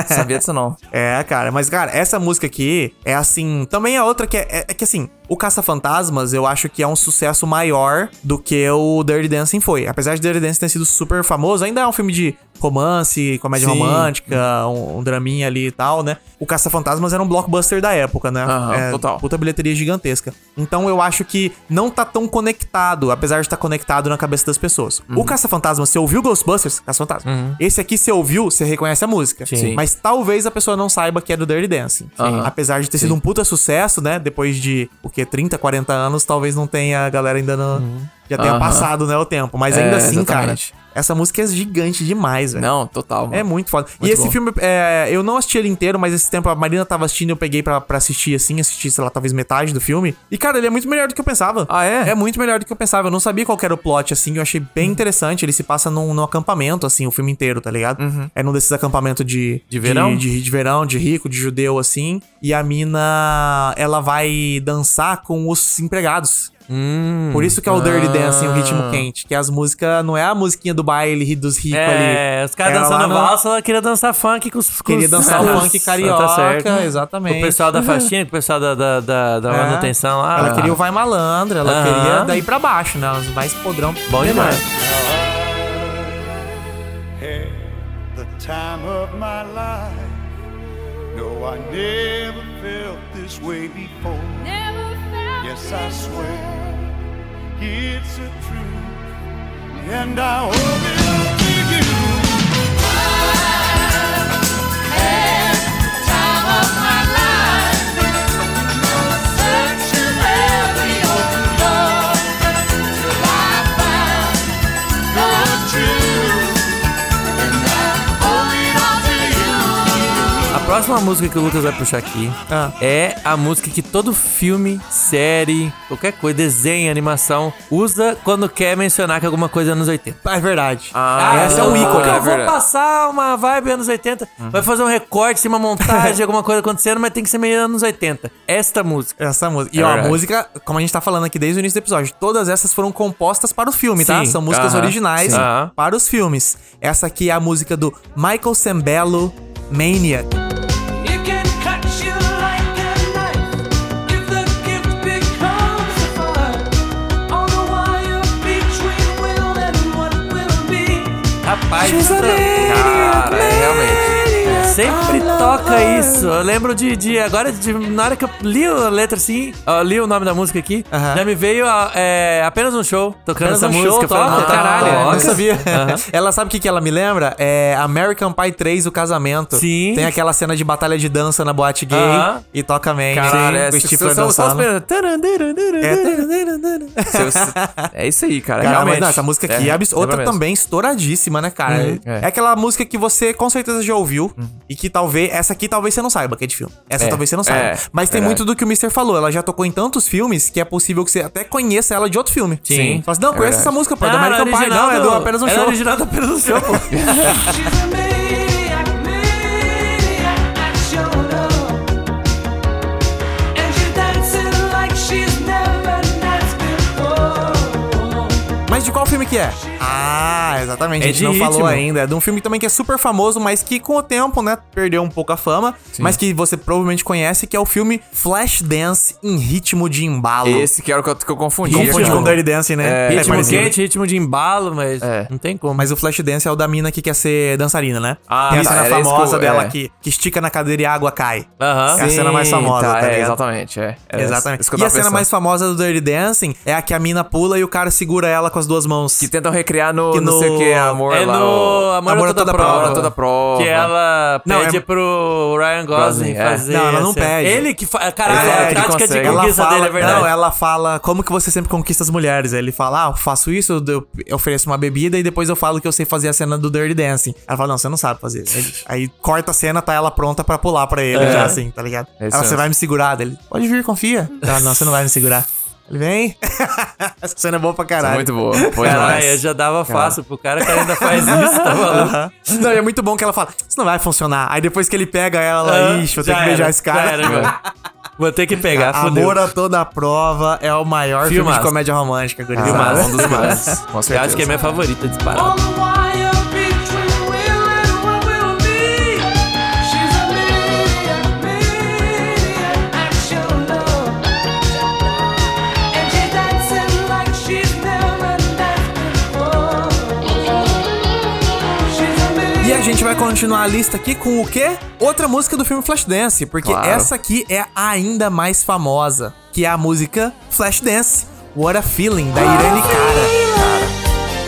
C: Sabia disso não.
B: É, cara, mas, cara, essa música aqui é assim. Também a outra que é, é- é que assim, o Caça-Fantasmas eu acho que é um sucesso maior do que o Dirty Dancing foi. Apesar de Dirty Dancing ter sido super famoso, ainda é um filme de romance, comédia
C: Sim.
B: romântica, um, um draminha ali e tal, né? O Caça-Fantasmas era um blockbuster da época, né?
C: Aham,
B: É,
C: total.
B: Puta bilheteria gigantesca. Então eu acho que não tá tão conectado, apesar de estar conectado na cabeça das pessoas.
C: Uhum.
B: O Caça-Fantasmas, você ouviu Ghostbusters? Caça-Fantasmas. Esse aqui, você ouviu, você reconhece a música.
C: Sim.
B: Mas talvez a pessoa não saiba que é do Dirty Dancing.
C: Aham.
B: Apesar de ter sido um puta sucesso, né? Depois de, o quê? 30, 40 anos, talvez não tenha, a galera ainda não... Já tenha
C: Uhum. Aham.
B: passado, né, o tempo. Mas
C: É,
B: ainda assim,
C: exatamente.
B: cara, essa música é gigante demais, velho.
C: Não, total.
B: É
C: mano.
B: muito foda. e
C: Muito
B: esse
C: bom.
B: filme, é, eu não assisti ele inteiro, mas esse tempo a Marina tava assistindo e eu peguei pra, pra assistir, assim, assisti, sei lá, talvez metade do filme. E, cara, ele é muito melhor do que eu pensava.
C: Ah, é? Uhum.
B: É muito melhor do que eu pensava. Eu não sabia qual que era o plot, assim, eu achei bem interessante. Ele se passa num, num acampamento, assim, o filme inteiro, tá ligado? É num desses acampamentos de...
C: Uhum. De verão?
B: De, de verão, de rico, de judeu, assim. E a mina, ela vai dançar com os empregados.
C: Hum.
B: Por isso que é o
C: Ah.
B: Dirty Dancing, o ritmo quente. Que as músicas, não é a musiquinha do baile dos ricos ali.
D: É, os caras
B: Era lá
D: dançando
B: no-
D: valsa, ela queria dançar funk com os... com
B: Queria
D: os-
B: dançar o
D: Ah,
B: funk
D: tá
B: carioca, exatamente.
D: O pessoal da faxina, o pessoal da, da, da, da
B: Uhum. É.
D: manutenção ah, lá.
B: Ela queria o vai malandra, ela
D: Aham.
B: queria daí pra baixo, né? Os mais podrão.
D: Bom demais.
E: had the time of my life. No, I never felt this way before. yes, I swear it's a truth, and I owe it all to you.
D: A próxima música que o Lucas vai puxar aqui
B: Ah.
D: é a música que todo filme, série, qualquer coisa, desenho, animação, usa quando quer mencionar que alguma coisa é anos 80.
B: É verdade.
C: Ah,
B: essa é um
D: eu
B: ícone.
D: nunca
C: é
D: vou
C: verdade.
D: passar uma vibe anos 80, vai fazer um recorte, uma montagem, alguma coisa acontecendo, mas tem que ser meio anos 80. Esta música.
B: Essa música. E
C: É
B: ó, a
C: verdade.
B: música, como a gente tá falando aqui desde o início do episódio, todas essas foram compostas para o filme, tá?
D: Sim.
B: São músicas
C: Aham.
B: originais
D: Sim. Aham.
B: para os filmes. Essa aqui é a música do Michael Sembello, Maniac.
K: It can cut you like a knife if the gift becomes a fire. On the wire between will and what will be.
D: Rapaz,
B: She's a
D: isso-
B: maniac,
D: Cara, é
C: realmente.
D: Sempre toca isso. né? Eu lembro de, de agora, de, na hora que eu li a letra assim, ó, li o nome da música aqui,
B: Aham.
D: já me veio a- é, apenas um show tocando
B: Apenas
D: essa
B: um
D: música.
B: show,
D: eu falei,
B: toca,
D: "Ah,
B: caralho, eu
D: toca."
B: não sabia. Ela sabe o que, que ela me lembra? É American Pie 3, o casamento.
D: Sim.
B: Tem aquela cena de batalha de dança na boate gay
D: Aham.
B: e toca Maniac.
C: Caralho,
B: Sim,
C: é,
B: com
D: tipo,
C: se- se-
B: Stifler
C: se- só- só
B: dançando.
C: os-
B: É.
C: Se- É isso aí, cara.
B: Cara, mas
C: realmente.
B: não, essa música aqui é, abs-
C: lembra
B: Outra
C: mesmo.
B: também estouradíssima, né, cara? é.
C: é.
B: aquela música que você com certeza já ouviu e que talvez. Essa aqui talvez você não saiba que é de filme. Essa
C: É,
B: talvez você não saiba.
C: é,
B: Mas tem
C: verdade.
B: muito do que o Mr. falou. Ela já tocou em tantos filmes que é possível que você até conheça ela de outro filme.
C: Sim.
B: Você fala assim, não,
C: É
B: conhece
C: verdade.
B: essa música, pô. É do
D: Ah, era
B: American Pie.
D: original
B: Não, é do
D: do-
B: Apenas um
D: era
B: Show.
D: original do
B: Apenas um Show, pô.
K: Maniac, maniac at your door. And she's dancing like she's never danced before.
B: Mas de qual filme que é? Ah, exatamente. a
D: É
B: gente
D: de
B: não falou
D: ritmo.
B: ainda. É de um filme também que é super famoso, mas que com o tempo, né, perdeu um pouco a fama. Mas que você provavelmente conhece, que é o filme Flashdance em ritmo de embalo.
C: Esse que era o que eu, que eu confundi.
B: Confunde
C: cara.
B: com Dirty Dancing, né?
C: É,
D: ritmo
B: parecido.
D: quente, ritmo de embalo, mas
C: É.
D: não tem como.
B: Mas o Flashdance é o da mina que quer ser dançarina, né?
C: Ah,
B: Tem a
C: tá,
B: cena
C: era isso
B: famosa
C: que eu-
B: dela
C: é.
B: que, que estica na cadeira e a água cai.
D: Aham.
B: É a cena mais famosa, tá,
C: é,
B: ligado?
C: Exatamente, é. Era
B: Exatamente.
C: isso que eu
B: e a
C: tava
B: cena
C: pensando.
B: mais famosa do Dirty Dancing é a que a mina pula e o cara segura ela com as duas mãos.
C: Que tentam recriar no,
B: Que
C: não sei
B: no-
C: o que, amor
D: É
C: lá.
D: no
C: o-
D: Amor,
B: Amor
D: a
B: a
D: Toda,
B: Toda
D: prova,
B: Prova.
C: Toda Prova.
D: Que ela
B: Não,
D: pede
B: é-
D: pro Ryan Gosling
C: Gosling, é.
D: fazer.
B: Não, ela não
D: essa-
B: pede.
D: Ele que faz. Caralho,
C: Ele
D: é,
C: é,
D: a
C: ele
D: tática de
C: consegue.
B: Ela
D: conquista
B: fala,
D: dele, é verdade.
B: Não, ela fala como que você sempre conquista as mulheres. Ele fala, ah, eu faço isso, eu dou- eu ofereço uma bebida e depois eu falo que eu sei fazer a cena do Dirty Dancing. Ela fala, não, você não sabe fazer. Ele- aí corta a cena, tá ela pronta pra pular pra ele já, assim, tá ligado?
C: É isso
B: ela, você
C: mesmo.
B: vai me segurar? Dele, pode vir, confia. Ela, não, você não vai me segurar. Ele vem. Essa cena é boa pra
C: Essa é
B: caralho.
C: Muito boa. Foi
D: Caralho, eu
C: demais.
D: já dava fácil pro cara que ainda faz isso, tá maluco?
B: Aham. Não, e é muito bom que ela fala, isso não vai funcionar. Aí depois que ele pega ela, ixi, vou ter
D: Ah, Já
B: que beijar
D: era,
B: esse cara.
D: já era, meu. Vou ter que pegar, fodeu.
B: Amor a toda prova é o maior filme
D: Filmaço.
B: de comédia romântica, gurizada.
D: Filmaço, um dos mais.
C: Com
D: Eu acho que é
C: certeza.
D: minha favorita disparada.
B: E a gente vai continuar a lista aqui com o quê? Outra música do filme Flashdance, porque
C: Claro.
B: essa aqui é ainda mais famosa, que é a música Flashdance, What a Feeling, da
D: Ah,
B: Irene Cara.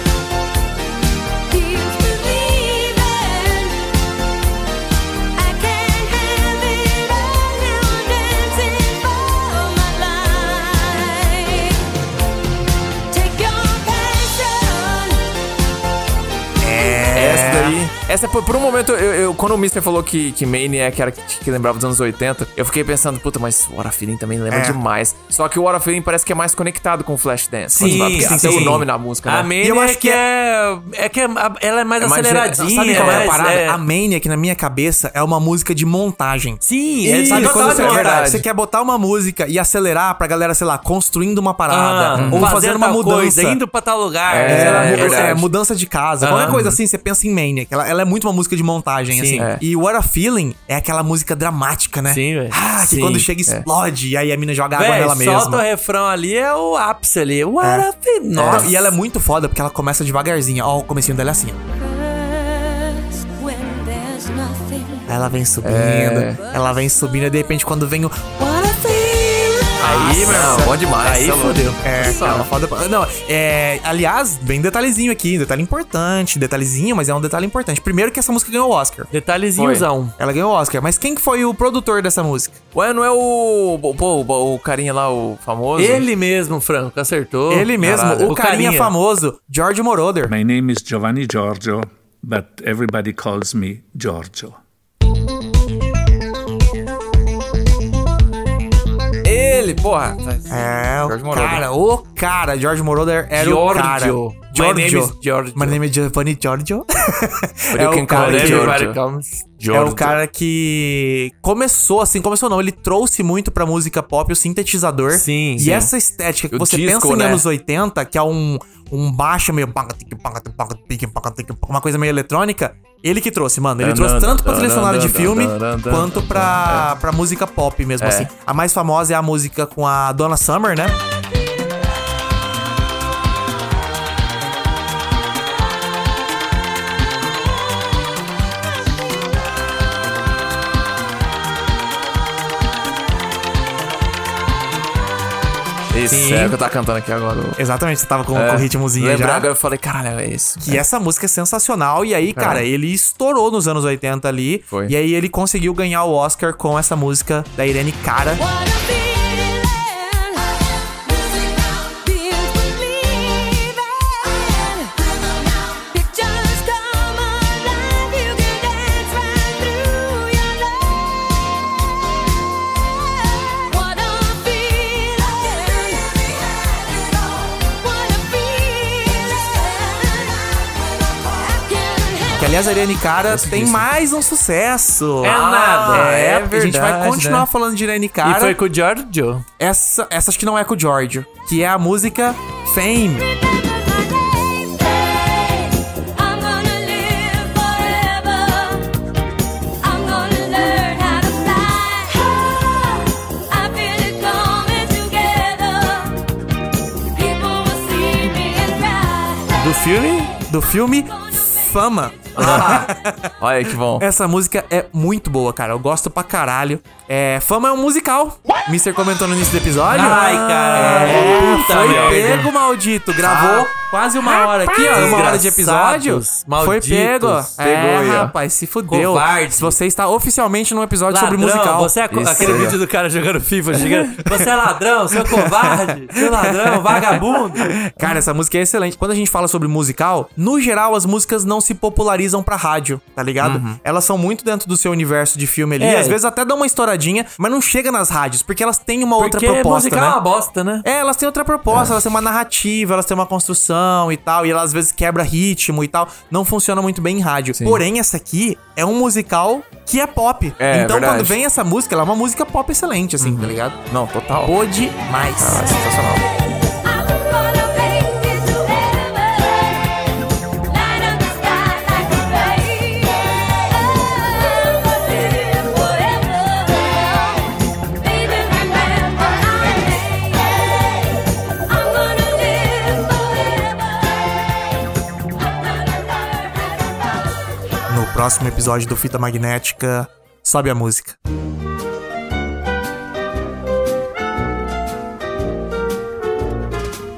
B: É.
C: Essa daí. Essa por, por um momento, eu, eu- quando o Mister falou que, é, que Maniac era que, que lembrava dos anos 80, eu fiquei pensando, puta, mas o What a Feeling também lembra
B: É.
C: demais. Só que o What a Feeling parece que é mais conectado com o Flashdance. quando vai- porque tem
D: sim.
C: seu nome na música, né?
D: A
B: E eu
D: Maniac
B: acho
D: é que é... É que é- ela é mais
C: É mais-
D: aceleradinha.
C: sabe
B: Qual é a
D: mas
B: parada?
D: é-
B: A Maniac, na minha cabeça, é uma música de montagem.
D: Sim,
B: Isso,
D: é, sabe
B: quando
D: quando
B: você,
D: é
B: verdade,
D: verdade.
B: você quer botar uma música e acelerar pra galera, sei lá, construindo uma parada
D: Ah,
B: ou fazendo uma
D: tal
B: mudança.
D: coisa, indo pra tal lugar.
B: É,
D: sei lá,
B: mu-
D: é
B: é,
D: verdade.
B: mudança de casa.
D: Ah.
B: Qualquer coisa assim, você pensa em Maniac. Ela, ela é muito uma música de montagem,
D: Sim,
B: assim.
D: é.
B: E What a Feeling é aquela música dramática, né?
D: Sim, velho.
B: Ah, que
D: Sim, é.
B: quando chega explode e aí a mina joga água
D: Véi,
B: nela mesma.
D: solta o refrão ali, é o ápice ali. What a fe- Nossa.
B: Não, e ela é muito foda porque ela começa devagarzinha. Ó, o comecinho dela é assim. ó. Aí Ela vem subindo,
D: É.
B: ela vem subindo e de repente quando vem o.
D: Aí, meu irmão, bom demais.
B: Aí
D: cê é louco.
B: fodeu. É, ela foda. pra- Não, é. Aliás, bem detalhezinho aqui. Detalhe importante. Detalhezinho, mas é um detalhe importante. Primeiro que essa música ganhou o Oscar.
D: Detalheziozão.
B: Ela ganhou o Oscar. Mas quem que foi o produtor dessa música?
C: Ué, não é o. Pô, o, o carinha lá, o famoso.
D: Ele mesmo, Franco, acertou.
B: Ele mesmo,
D: Caralho.
B: o, carinha, famoso, George Moroder.
L: My name is Giovanni Giorgio, but everybody calls me Giorgio.
C: Ele, porra.
B: É,
C: George
B: o
C: Moroder.
B: cara, o cara. George Moroder era o
D: Giorgio.
B: cara.
D: My name is Giorgio.
B: My name is Giovanni Giorgio. é
C: you
B: o
C: can
B: cara
C: call
B: que...
C: it
D: Everybody
C: Giorgio.
D: comes.
B: É o cara que começou assim, começou não, ele trouxe muito pra música pop o sintetizador.
D: Sim,
B: E
D: sim.
B: essa estética que
C: O
B: você
C: disco,
B: pensa em
C: né?
B: anos 80, que é um, um baixo meio uma coisa meio eletrônica, ele que trouxe, mano. Ele trouxe tanto pra trilha sonora de filme quanto pra, pra música pop mesmo assim. A mais famosa é a música com a Donna Summer, né?
C: Isso,
B: Sim.
C: é o que eu tava cantando aqui agora.
B: Exatamente, você tava com,
C: É.
B: com o ritmozinho aí
C: Lembrar
B: já.
C: agora eu falei, caralho, é isso.
B: Que essa música é sensacional. E
D: É.
B: aí, cara, ele estourou nos anos 80 ali.
C: Foi.
B: E aí ele conseguiu ganhar o Oscar com essa música da Irene Cara. Que aliás, a Irene Cara tem mais um sucesso.
D: É nada.
B: É,
D: É
B: porque a gente vai
D: verdade,
B: continuar
D: né?
B: falando de Irene
D: E
B: Cara.
D: foi com o Giorgio.
B: Essa, essa acho que não é com o Giorgio, que é a música Fame. Do filme? Do filme Fama.
C: Olha que bom.
B: Essa música é muito boa, cara. Eu gosto pra caralho. É, Fama é um musical. Mister comentou no início do episódio.
D: Ai, cara.
B: É,
D: Puta
B: foi
D: merda.
B: pego, maldito. Gravou quase uma hora aqui, ó. Uma hora de episódio.
D: Desgraçados,
B: Foi
D: malditos.
B: pego.
D: Pegou
B: é,
D: aí, ó.
B: rapaz, se fudeu.
D: Covarde.
B: Se você está oficialmente num episódio
D: Ladrão,
B: sobre musical.
D: Você é co-
C: Isso
D: aquele
C: aí, ó.
D: vídeo do cara jogando FIFA, chegando. Você é ladrão, seu covarde, seu ladrão, vagabundo.
B: Cara, essa música é excelente. Quando a gente fala sobre musical, no geral as músicas não se roteirizam pra rádio, tá ligado? Elas são muito dentro do seu universo de filme ali.
D: É.
B: Às vezes até dá uma estouradinha, mas não chega nas rádios, porque elas têm uma outra
D: Porque
B: proposta,
D: musical
B: né?
D: é uma bosta, né?
B: É, elas têm outra proposta, elas têm uma narrativa, elas têm uma construção e tal, e elas às vezes quebra ritmo e tal. Não funciona muito bem em rádio. Porém, essa aqui é um musical que é pop.
C: É,
B: então,
C: verdade.
B: quando vem essa música, ela é uma música pop excelente, assim, tá ligado? Ah,
C: Não, total.
B: Boa demais.
C: Cara, sensacional.
B: No próximo episódio do Fita Magnética, sobe a música.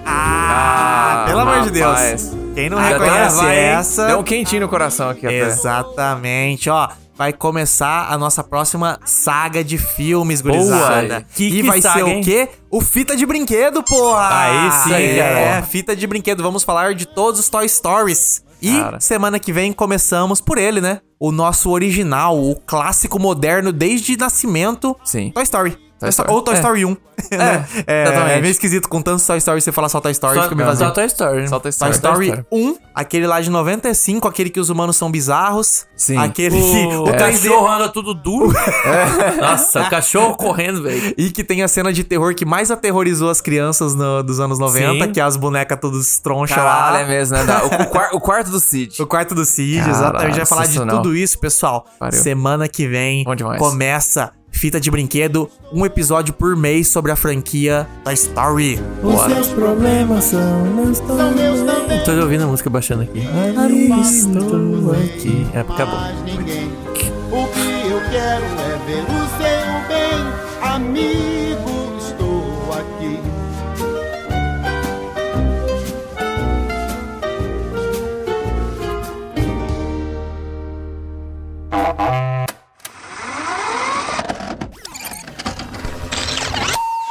B: Ah, pelo amor de Deus.
C: rapaz.
B: Quem
D: Ah,
B: não
D: tá
C: Ainda
B: reconhece
D: assim,
C: vai, hein?
B: essa.
C: Deu um quentinho no coração aqui até.
B: Exatamente, ó. Vai começar a nossa próxima saga de filmes, gurizada.
D: aí. Que-
B: e
D: que
B: vai
D: saga,
B: ser o
D: hein?
B: quê? O Fita de Brinquedo, porra!
D: Aí sim,
B: É,
D: cara.
B: Fita de Brinquedo. Vamos falar de todos os Toy Stories. E
C: Cara.
B: semana que vem começamos por ele, né? O nosso original, o clássico moderno desde nascimento.
C: Sim.
B: Toy Story.
C: Toy Story.
B: Ou Toy
C: É.
B: Story 1. né? É,
C: exatamente.
B: é meio esquisito com tantos Toy Story você falar só Toy Story,
D: Só,
B: fica meio vazio.
D: só Toy Story. né?
C: Só Toy
B: Toy
C: Story.
B: Story 1, aquele lá de 95, aquele que os humanos são bizarros.
C: Sim.
B: Aquele que
D: O,
B: o
D: o
B: 3D
D: cachorro anda tudo duro. Nossa, o cachorro correndo, velho.
B: E que tem a cena de terror que mais aterrorizou as crianças no- dos anos 90,
D: Sim.
B: que é as bonecas todas tronchas
C: Caralho,
B: lá.
C: é mesmo, né? Da- O, o quar- o quarto do Cid.
B: O quarto do Cid,
C: Caralho,
B: exatamente. A gente vai falar de
C: sensacional.
B: tudo isso, pessoal.
C: Pariu.
B: Semana que vem
C: Bom demais.
B: começa Fita de Brinquedo, um episódio por mês sobre a franquia Toy Story.
C: Bora.
D: problemas são meus também. Tô ouvindo a música baixando aqui. Estou aqui. É, acabou.
E: O que eu quero é ver o seu bem, amigo, estou aqui.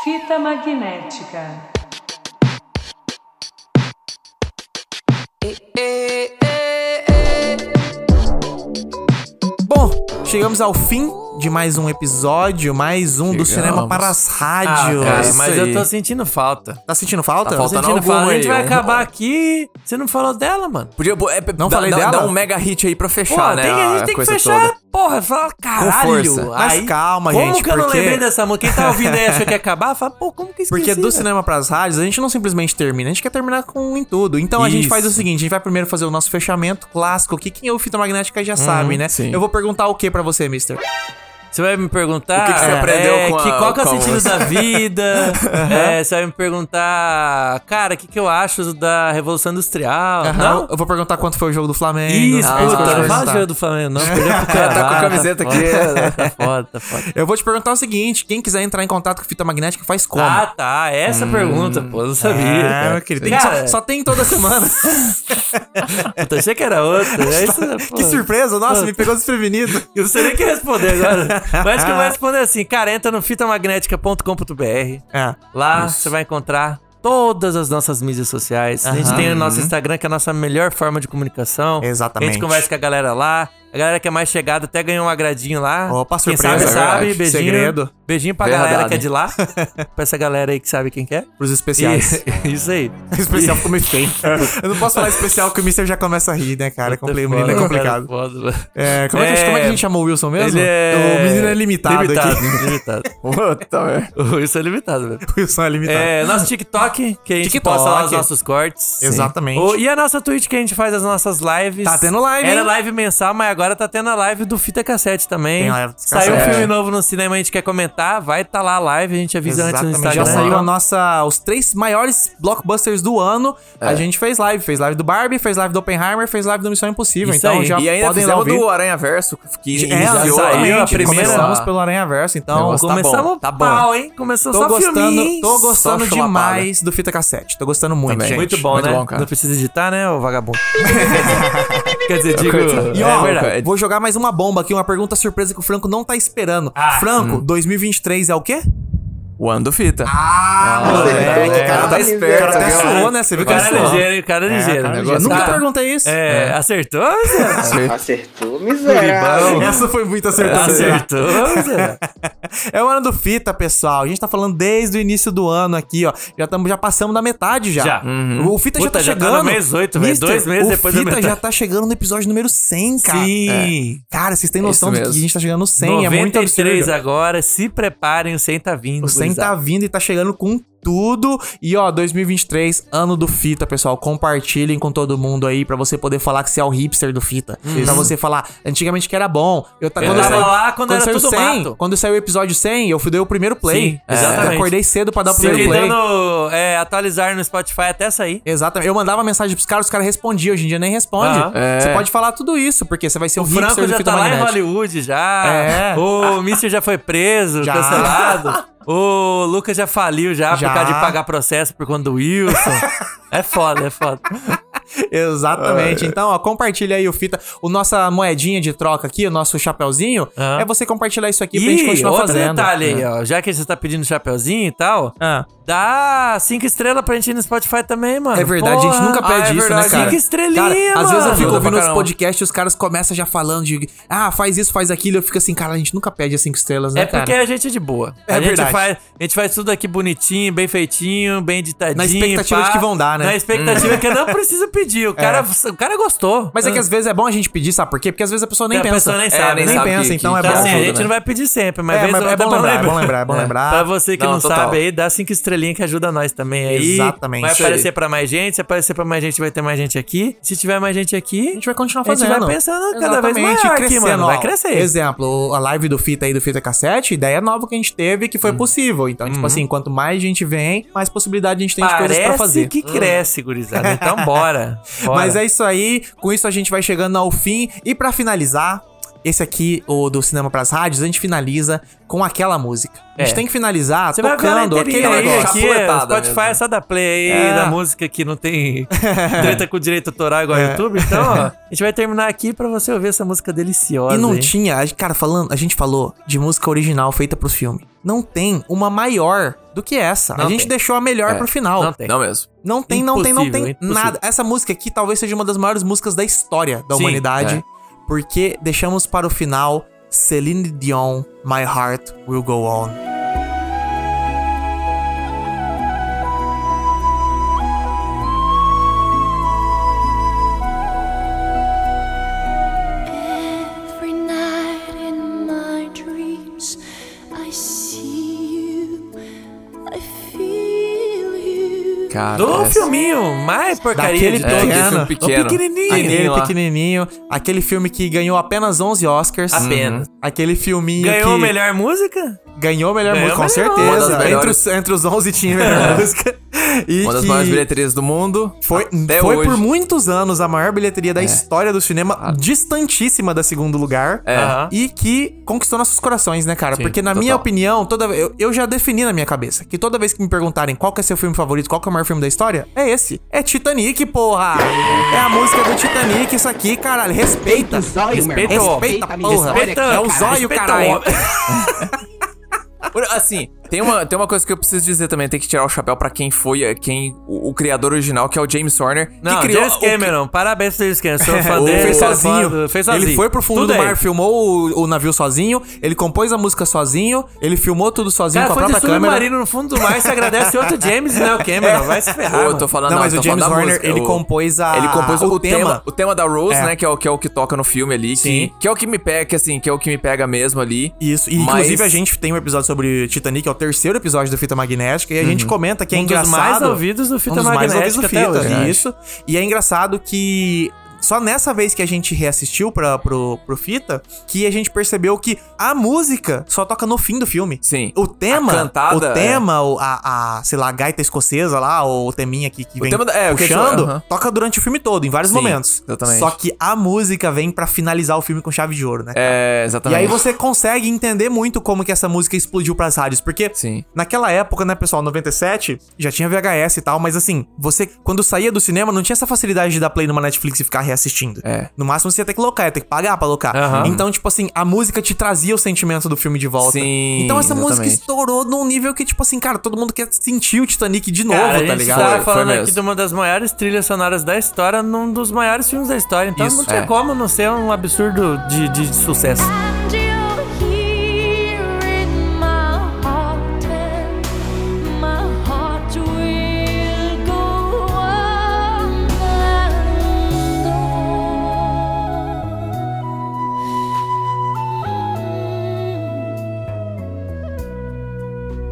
A: Fita magnética.
B: Bom, chegamos ao fim de mais um episódio, mais um do
C: Chegamos.
B: Cinema É para as
C: Ah,
B: Rádios.
D: Ah, cara,
C: isso
D: mas
C: aí.
D: eu tô sentindo falta.
B: Tá sentindo falta?
C: Tá
D: É Tô
C: faltando
D: sentindo
C: alguma
D: falta. A gente
C: aí,
D: vai
C: um-
D: acabar aqui. Você não falou dela, mano.
C: Podia, bo- é, é,
B: Não
C: dá,
B: falei
C: dá-
B: dela?
C: dá um mega hit aí pra fechar,
D: Pô,
C: né?
D: tem, a gente tem que
C: coisa
D: fechar,
C: toda.
D: porra. Fala,
C: força.
D: caralho.
B: Mas
D: aí-
B: calma,
D: como
B: gente,
D: Como que eu não
B: porque-
D: lembrei dessa música? Quem tá ouvindo aí achou que ia acabar, fala, pô, como que esqueci?
B: Porque do
D: velho?
B: cinema pras rádios, a gente não simplesmente termina, a gente quer terminar com em tudo. Então a gente
C: Isso.
B: faz o seguinte, a gente vai primeiro fazer o nosso fechamento clássico, que quem ouve fita magnética já sabe, né?
C: Uhum, sim.
B: Eu vou perguntar o que pra você, mister?
D: Você vai me perguntar
C: O que que você
D: é,
C: aprendeu com a-
D: que- qual que é o
C: com a
D: sentido
C: música?
D: da vida. É, você vai me perguntar, cara, o que, que eu acho da Revolução Industrial?
B: Aham,
D: Não?
B: Eu vou perguntar quanto foi o jogo do Flamengo. Ah,
D: Isso,
B: essas coisas que eu
D: puta,
B: vou
D: não fala
B: perguntar.
D: jogo do Flamengo, não. Perdeu pro
C: Tá com a
D: Cuiabá,
C: camiseta aqui.
D: foda, Tá foda, tá foda.
B: Eu vou te perguntar o seguinte, quem quiser entrar em contato com fita magnética, faz como?
D: Ah, tá. Essa
C: Hum.
D: pergunta, pô, eu não sabia.
B: É, meu querido, tem que-
D: Cara,
B: só, só tem toda semana.
C: Ah.
D: puta, achei que era outra. É isso,
B: que
D: pô.
B: surpresa, nossa, me pegou desprevenido.
D: Eu não sei nem o que responder agora. Mas que eu vou responder assim, cara, entra no fitamagnética.com.br.
B: É.
D: Lá você vai encontrar todas as nossas mídias sociais. A gente tem o nosso Instagram, que é a nossa melhor forma de comunicação.
B: Uhum. Exatamente.
D: A gente conversa com a galera lá. A galera que é mais chegada até ganhou um agradinho lá.
B: Opa,
D: Quem
B: surpresa,
D: sabe,
B: é
D: sabe.
B: verdade.
D: Beijinho.
B: Segredo.
D: Beijinho pra
C: Verdade.
D: galera que é de lá. pra essa galera aí que sabe quem que é.
B: Pros especiais.
D: E- isso aí.
B: Especial ficou meio feio. Eu não posso falar especial que o Mister já começa a rir, né, cara? É
D: Puta,
B: compli- menino é
D: foda,
B: complicado.
D: cara, foda.
B: É, como, é que,
D: É.
B: como é que a gente chama o Wilson mesmo?
D: Ele é...
B: O menino é limitado,
D: limitado
B: aqui.
D: Limitado.
C: Puta, velho.
D: Isso é limitado, velho.
B: O Wilson é limitado.
D: É, nosso TikTok, que a gente
B: TikTok.
D: posta lá os nossos cortes.
B: Exatamente.
D: O- e a nossa Twitch, que a gente faz as nossas lives.
B: Tá tendo live,
D: Era
B: hein?
D: live mensal, mas agora tá tendo a live do Fita Cassete também.
B: Tem live do
D: Saiu um
B: cassete. É.
D: filme novo no cinema, a gente quer comentar. Vai tá lá a live, a gente avisa antes no
B: Exatamente.
D: Instagram.
B: Já saiu a nossa, os três maiores blockbusters do ano.
D: É.
B: A gente fez live. Fez live do Barbie, fez live do Oppenheimer, fez live do Missão Impossível.
D: Isso
B: então
D: aí.
B: já
C: E ainda
B: podem lá
C: fizemos
B: ouvir.
C: do Aranha Verso, que
B: É,
D: já
C: iniciou
D: saiu a
C: gente,
D: primeira.
B: Começamos
C: começou a-
B: pelo Aranha Verso, então.
C: Negócio tá bom,
D: Começamos
C: tá bom.
D: pau, hein? Começou
B: Tô
D: só filminho,
B: gostando,
D: hein?
B: tô gostando
C: Só chulapada.
B: demais do Fita Cassete. Tô gostando muito,
C: Também.
B: gente.
D: Muito bom,
C: muito
D: né?
C: bom, cara.
D: Não precisa editar, né, ô vagabundo? Quer dizer, digo...
C: Coitado.
B: E
D: é
B: ó,
D: verdade.
B: vou jogar mais uma bomba aqui, uma pergunta surpresa que o Franco não tá esperando.
D: Ah.
B: Franco, 2023 é o quê?
C: Wando Fita.
B: Ah, moleque.
C: é,
B: o cara
C: é,
B: tá
C: tá
B: esperto.
C: esperto,
B: O cara até
C: viu?
B: suou, né? Você viu
D: O
B: que ele
D: cara é
B: suou.
D: ligeiro, hein? o cara é ligeiro.
B: cara ligeiro. Nunca perguntei isso.
D: É, acertou, Zé?
M: Acertou, miserável.
D: Curibão.
B: Essa foi muito acertada.
D: Acertou, Zé.
B: É o ano do Fita, pessoal. A gente tá falando desde o início do ano aqui, ó. Já, tamo, já passamos da metade já.
D: Já. Uhum.
B: O Fita
D: Puta,
B: já
D: já
B: tá
D: tá
B: chegando.
D: no mês oito, velho.
B: Mister,
D: Dois meses
B: o
D: depois da
B: Fita
D: metade.
B: já tá chegando no episódio número 100, cara.
D: Sim.
B: Cara, vocês têm
D: É
B: noção
D: isso
B: de que a
D: mesmo.
B: gente tá chegando no 100. é muito
D: 93
B: absurdo.
D: agora, se preparem, o 100 tá vindo.
B: O 100 tá
D: gurizada.
B: vindo e tá chegando com tudo. E ó, 2023, ano do Fita, pessoal. Compartilhem com todo mundo aí pra você poder falar que você é o hipster do Fita.
D: Isso. É.
B: Pra você falar, antigamente que era bom. Eu, ta-
D: Eu tava lá quando era
B: saiu
D: tudo
B: 100,
D: mato.
B: Quando saiu o episódio 100, eu fui dei o primeiro play. É,
D: Sim, exatamente.
B: Eu acordei cedo pra dar o
D: Sim.
B: primeiro play.
D: Tentando, é, atualizar no Spotify até sair.
B: Exatamente. Eu mandava mensagem pros caras, os caras respondiam. Hoje em dia nem responde.
D: Aham.
B: Você
D: É.
B: pode falar tudo isso, porque você vai ser o,
D: O
B: hipster
D: Franco
B: do
D: já
B: Fita
D: tá lá em
B: Magnético.
D: Hollywood já.
B: É.
D: O Mister já foi preso,
B: Já.
D: cancelado. O Lucas já faliu já,
B: Já.
D: por causa de pagar processo por conta do Wilson. é foda, é foda. É.
B: Exatamente. Então, ó, compartilha aí o fita. O nossa moedinha de troca aqui, o nosso chapeuzinho, é você compartilhar isso aqui pra gente continuar
D: outro
B: fazendo.
D: detalhe aí,
B: É. Ah.
D: ó. Já que você tá pedindo chapeuzinho e tal, dá cinco estrelas pra gente ir no Spotify também, mano.
B: É verdade, a gente
D: Porra.
B: nunca pede
D: Ah, é
B: isso, né,
D: verdade.
B: cara?
D: Cinco estrelinhas,
B: Cara,
D: mano.
B: Às vezes eu fico
D: Ajuda
B: ouvindo
D: pra
B: os
D: caramba.
B: podcasts e os caras começam já falando de... Ah, faz isso, faz aquilo. Eu fico assim, cara, a gente nunca pede as cinco estrelas, né,
D: É porque
B: cara?
D: a gente é de boa.
B: É
D: a, gente
B: verdade.
D: Faz, a gente faz tudo aqui bonitinho, bem feitinho, bem ditadinho.
B: Na expectativa
D: pá.
B: de que vão dar, né? É.
D: Na expectativa que não precisa pedir. O cara, o cara gostou.
B: Mas é que às vezes é bom a gente pedir, sabe por quê? Porque às vezes a pessoa nem
D: Ah. a
B: pensa. É,
C: É,
D: pessoa nem sabe,
B: nem
D: né? Sabe
B: pensa,
D: que-
B: então é
D: que-
B: bom.
D: assim, A
B: ajuda,
D: gente
B: né?
D: não vai pedir sempre, mas
B: É,
D: às vezes
B: mas
D: ou
B: é bom
D: outra
B: lembrar, é bom lembrar, é bom lembrar.
D: Pra você que
C: Não,
D: não,
C: total.
D: sabe aí, dá cinco estrelinhas que ajuda nós também aí.
B: Exatamente.
D: Vai
B: Isso
D: aparecer
B: aí.
D: pra mais gente, se aparecer pra mais gente vai ter mais gente aqui. Se tiver mais gente aqui, a gente
B: vai continuar fazendo.
D: A gente vai pensando cada vez
B: Exatamente,
D: maior aqui,
B: crescendo,
D: mano.
B: ó.
D: Vai crescer.
B: Exemplo, a live do Fita aí, do Fita Cassete, ideia nova que a gente teve que
D: Hum.
B: foi possível. Então, tipo assim, quanto mais gente vem, mais possibilidade a gente tem de coisas pra fazer.
D: Uhum.
B: Hum.
D: Parece que cresce, gurizada. Então bora. bora.
B: Mas é isso aí. Com isso a gente vai chegando ao fim. E pra finalizar, esse aqui, o do Cinema Pras Rádios, a gente finaliza com aquela música. A gente
D: É.
B: tem que finalizar
D: Você vai ver a
B: tocando aquele
D: inteirinha aí,
B: negócio.
D: aqui, o
C: Chapuletada
D: Spotify
C: mesmo.
D: é só da play aí,
B: É.
D: da música que não tem treta com direito autoral igual o
B: É.
D: YouTube. Então, ó, a gente vai terminar aqui pra você ouvir essa música deliciosa.
B: E não
D: hein?
B: tinha, a- cara, falando, a gente falou de música original feita pro filme. Não tem uma maior do que essa. a
D: Não
B: gente
D: tem.
B: deixou a melhor
C: É,
B: pro final.
D: Não tem.
C: Não mesmo.
B: Não tem, não tem, não
D: Impossível,
B: tem
D: impossível.
B: nada. Essa música aqui talvez seja uma das maiores músicas da história da
D: Sim,
B: humanidade.
C: é.
B: Porque deixamos para o final Celine Dion, My Heart Will Go On.
K: Every night in my dreams, I see you, I feel you.
C: Cara,
D: Do
C: essa-
D: filminho, mais porcaria
B: Daquele
D: de
C: é,
D: todos.
C: aquele filme
B: pequeno,
C: pequeno.
D: pequenininho.
B: Aquele
C: lá.
B: pequenininho. Aquele filme que ganhou apenas 11 Oscars.
D: Apenas.
B: Uhum. Aquele filminho
D: Ganhou a
B: que
D: melhor música?
B: ganhou a melhor
D: Ganhou
B: música,
D: a
B: com
D: melhor. Uma É.
C: das
B: certeza.
C: melhores.
B: Entre os, entre os 11 tinha a melhor música. E
C: Uma das
B: que
C: maiores bilheterias do mundo.
B: Foi,
C: até
B: foi
C: hoje. É. Ah.
B: por muitos anos a maior bilheteria da história do cinema, distantíssima da segundo lugar.
C: É.
D: Aham.
B: E que conquistou nossos corações, né, cara? Porque, na minha
C: total.
B: opinião, toda eu, eu já defini na minha cabeça que toda vez que me perguntarem qual que é seu filme favorito, qual que é o maior filme da história, é esse. É Titanic, porra! É a música do Titanic, isso aqui, caralho. Respeita!
D: Respeita o homem.
B: Respeita, porra!
D: Respeita,
B: é o
D: cara,
B: zóio,
D: respeita o
B: caralho!
D: homem.
C: Por- Assim, tem uma, tem uma coisa que eu preciso dizer também, tem que tirar o chapéu pra quem foi, eh, quem o, o criador original, que é o James Horner, que
D: Não,
C: criou
D: James Cameron. Parabéns pro James Cameron. Sou fã
B: Ou
D: dele.
B: fez
D: sou fã
B: sozinho.
D: do- Fez sozinho.
B: Ele foi pro fundo
D: Tudo é
B: do
D: aí.
B: mar, filmou o, o navio sozinho, ele compôs a música sozinho, ele filmou tudo sozinho
D: Cara,
B: com a
D: foi de
B: própria câmera.
D: submarino no fundo do mar. Se agradece outro James e não é o Cameron. Vai se
C: Ô,
D: ferrar.
C: eu
D: mano. Um
C: tô falando,
B: Não,
C: não,
B: mas
C: eu
B: o
C: tô falando
B: James
C: da
B: Horner,
C: música,
B: ele
C: o-
B: compôs a-
C: Ele
D: tá.
C: compôs
B: o
C: o, tema.
B: tema.
C: O tema da Rose,
B: É.
C: né? Que é, o, que é o que toca no filme ali.
B: Sim.
C: Que, que é o que me pega, que, assim, que é o que me pega mesmo ali.
B: Isso, e
C: Mas-
B: inclusive a gente tem um episódio sobre Titanic, é o terceiro episódio do Fita Magnética, e a
C: Uhum.
B: gente comenta que é
D: Um dos
B: engraçado.
D: mais ouvidos do né? Fita
B: um dos mais ouvidos do
D: Magnética até
B: Fita,
C: né?
D: hoje.
B: isso. E é engraçado que só nessa vez que a gente reassistiu pra, pro, pro Fita, que a gente percebeu que a música só toca no fim do filme.
C: Sim.
B: O tema,
C: A cantada,
B: o
C: é.
B: tema, o- a, a, sei lá, a gaita escocesa lá, ou o teminha aqui que vem
C: tema da- é, o que a gente-
B: puxando,
C: aham.
B: toca durante o filme todo, em vários
C: Sim,
B: momentos.
C: exatamente.
B: Só que a música vem pra finalizar o filme com chave de ouro, né?
C: É,
B: E
C: exatamente.
B: aí você consegue entender muito como que essa música explodiu pras rádios, porque
C: Sim.
B: naquela época, né, pessoal, 97, já tinha VHS e tal, mas assim, você quando saía do cinema não tinha essa facilidade de dar play numa Netflix e ficar reassistindo. No máximo você ia ter que locar, ia ter que pagar pra locar.
C: É. Aham.
B: Então, tipo assim, a música te trazia o sentimento do filme de volta.
C: Sim,
B: então essa música
C: exatamente.
B: estourou num nível que, tipo assim, cara, todo mundo quer sentir o Titanic de novo,
D: Cara, a
B: tá
D: gente
B: ligado?
D: tá falando aqui de uma das maiores trilhas sonoras da história, num dos maiores filmes da história. Então
B: Isso,
D: não tinha
B: é.
D: como não ser um absurdo de, de- de sucesso.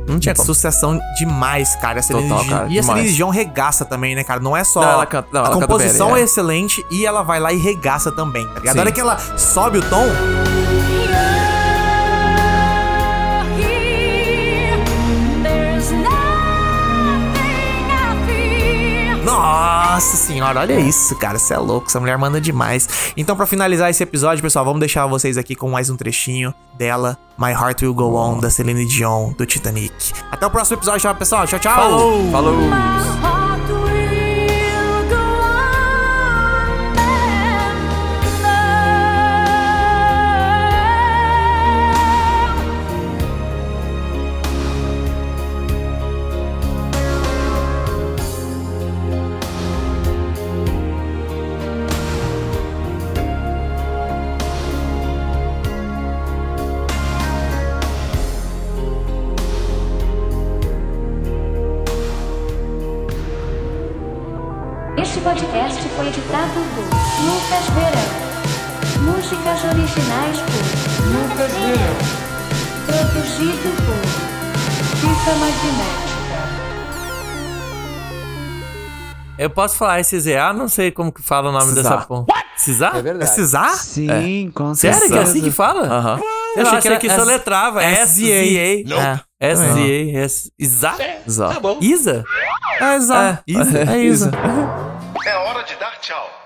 B: Não tinha é sucessão demais, cara. Essa
C: Total,
B: religião.
C: cara,
B: e essa
C: demais.
B: religião um regaça também, né, cara? Não é só.
C: Não, ela canta- não,
B: a
C: ela canta
B: composição
C: bem,
B: é
C: é.
B: excelente e ela vai lá e regaça também, tá ligado?
C: Sim.
B: A hora que ela sobe o tom.
K: Mm,
B: Nossa senhora, olha isso, cara. Você é louco, essa mulher manda demais. Então, pra finalizar esse episódio, pessoal, vamos deixar vocês aqui com mais um trechinho dela, My Heart Will Go On, da Celine Dion, do Titanic. Até o próximo episódio, tchau, pessoal. Tchau, tchau.
D: Falou.
C: Falou.
N: Este podcast foi editado por Lucas Verão. Músicas originais por Lucas Verão. Produzido por Fita Magnética.
D: Eu posso falar esse ZA, não sei como que fala o nome
C: Cisá.
D: dessa porra. Cisá? É
C: verdade.
D: É Cisá?
C: Sim,
D: com Sério que é
C: certeza.
D: assim que fala?
C: Aham.
D: Eu achei que, era que
C: S-
D: soletrava. S-Z-A.
C: Nope.
D: É. S-Z-A. S- Isa?
C: Isa. Tá bom.
D: Isa?
B: É, Isa.
D: É, Isa. É Isa.
O: É hora de dar tchau.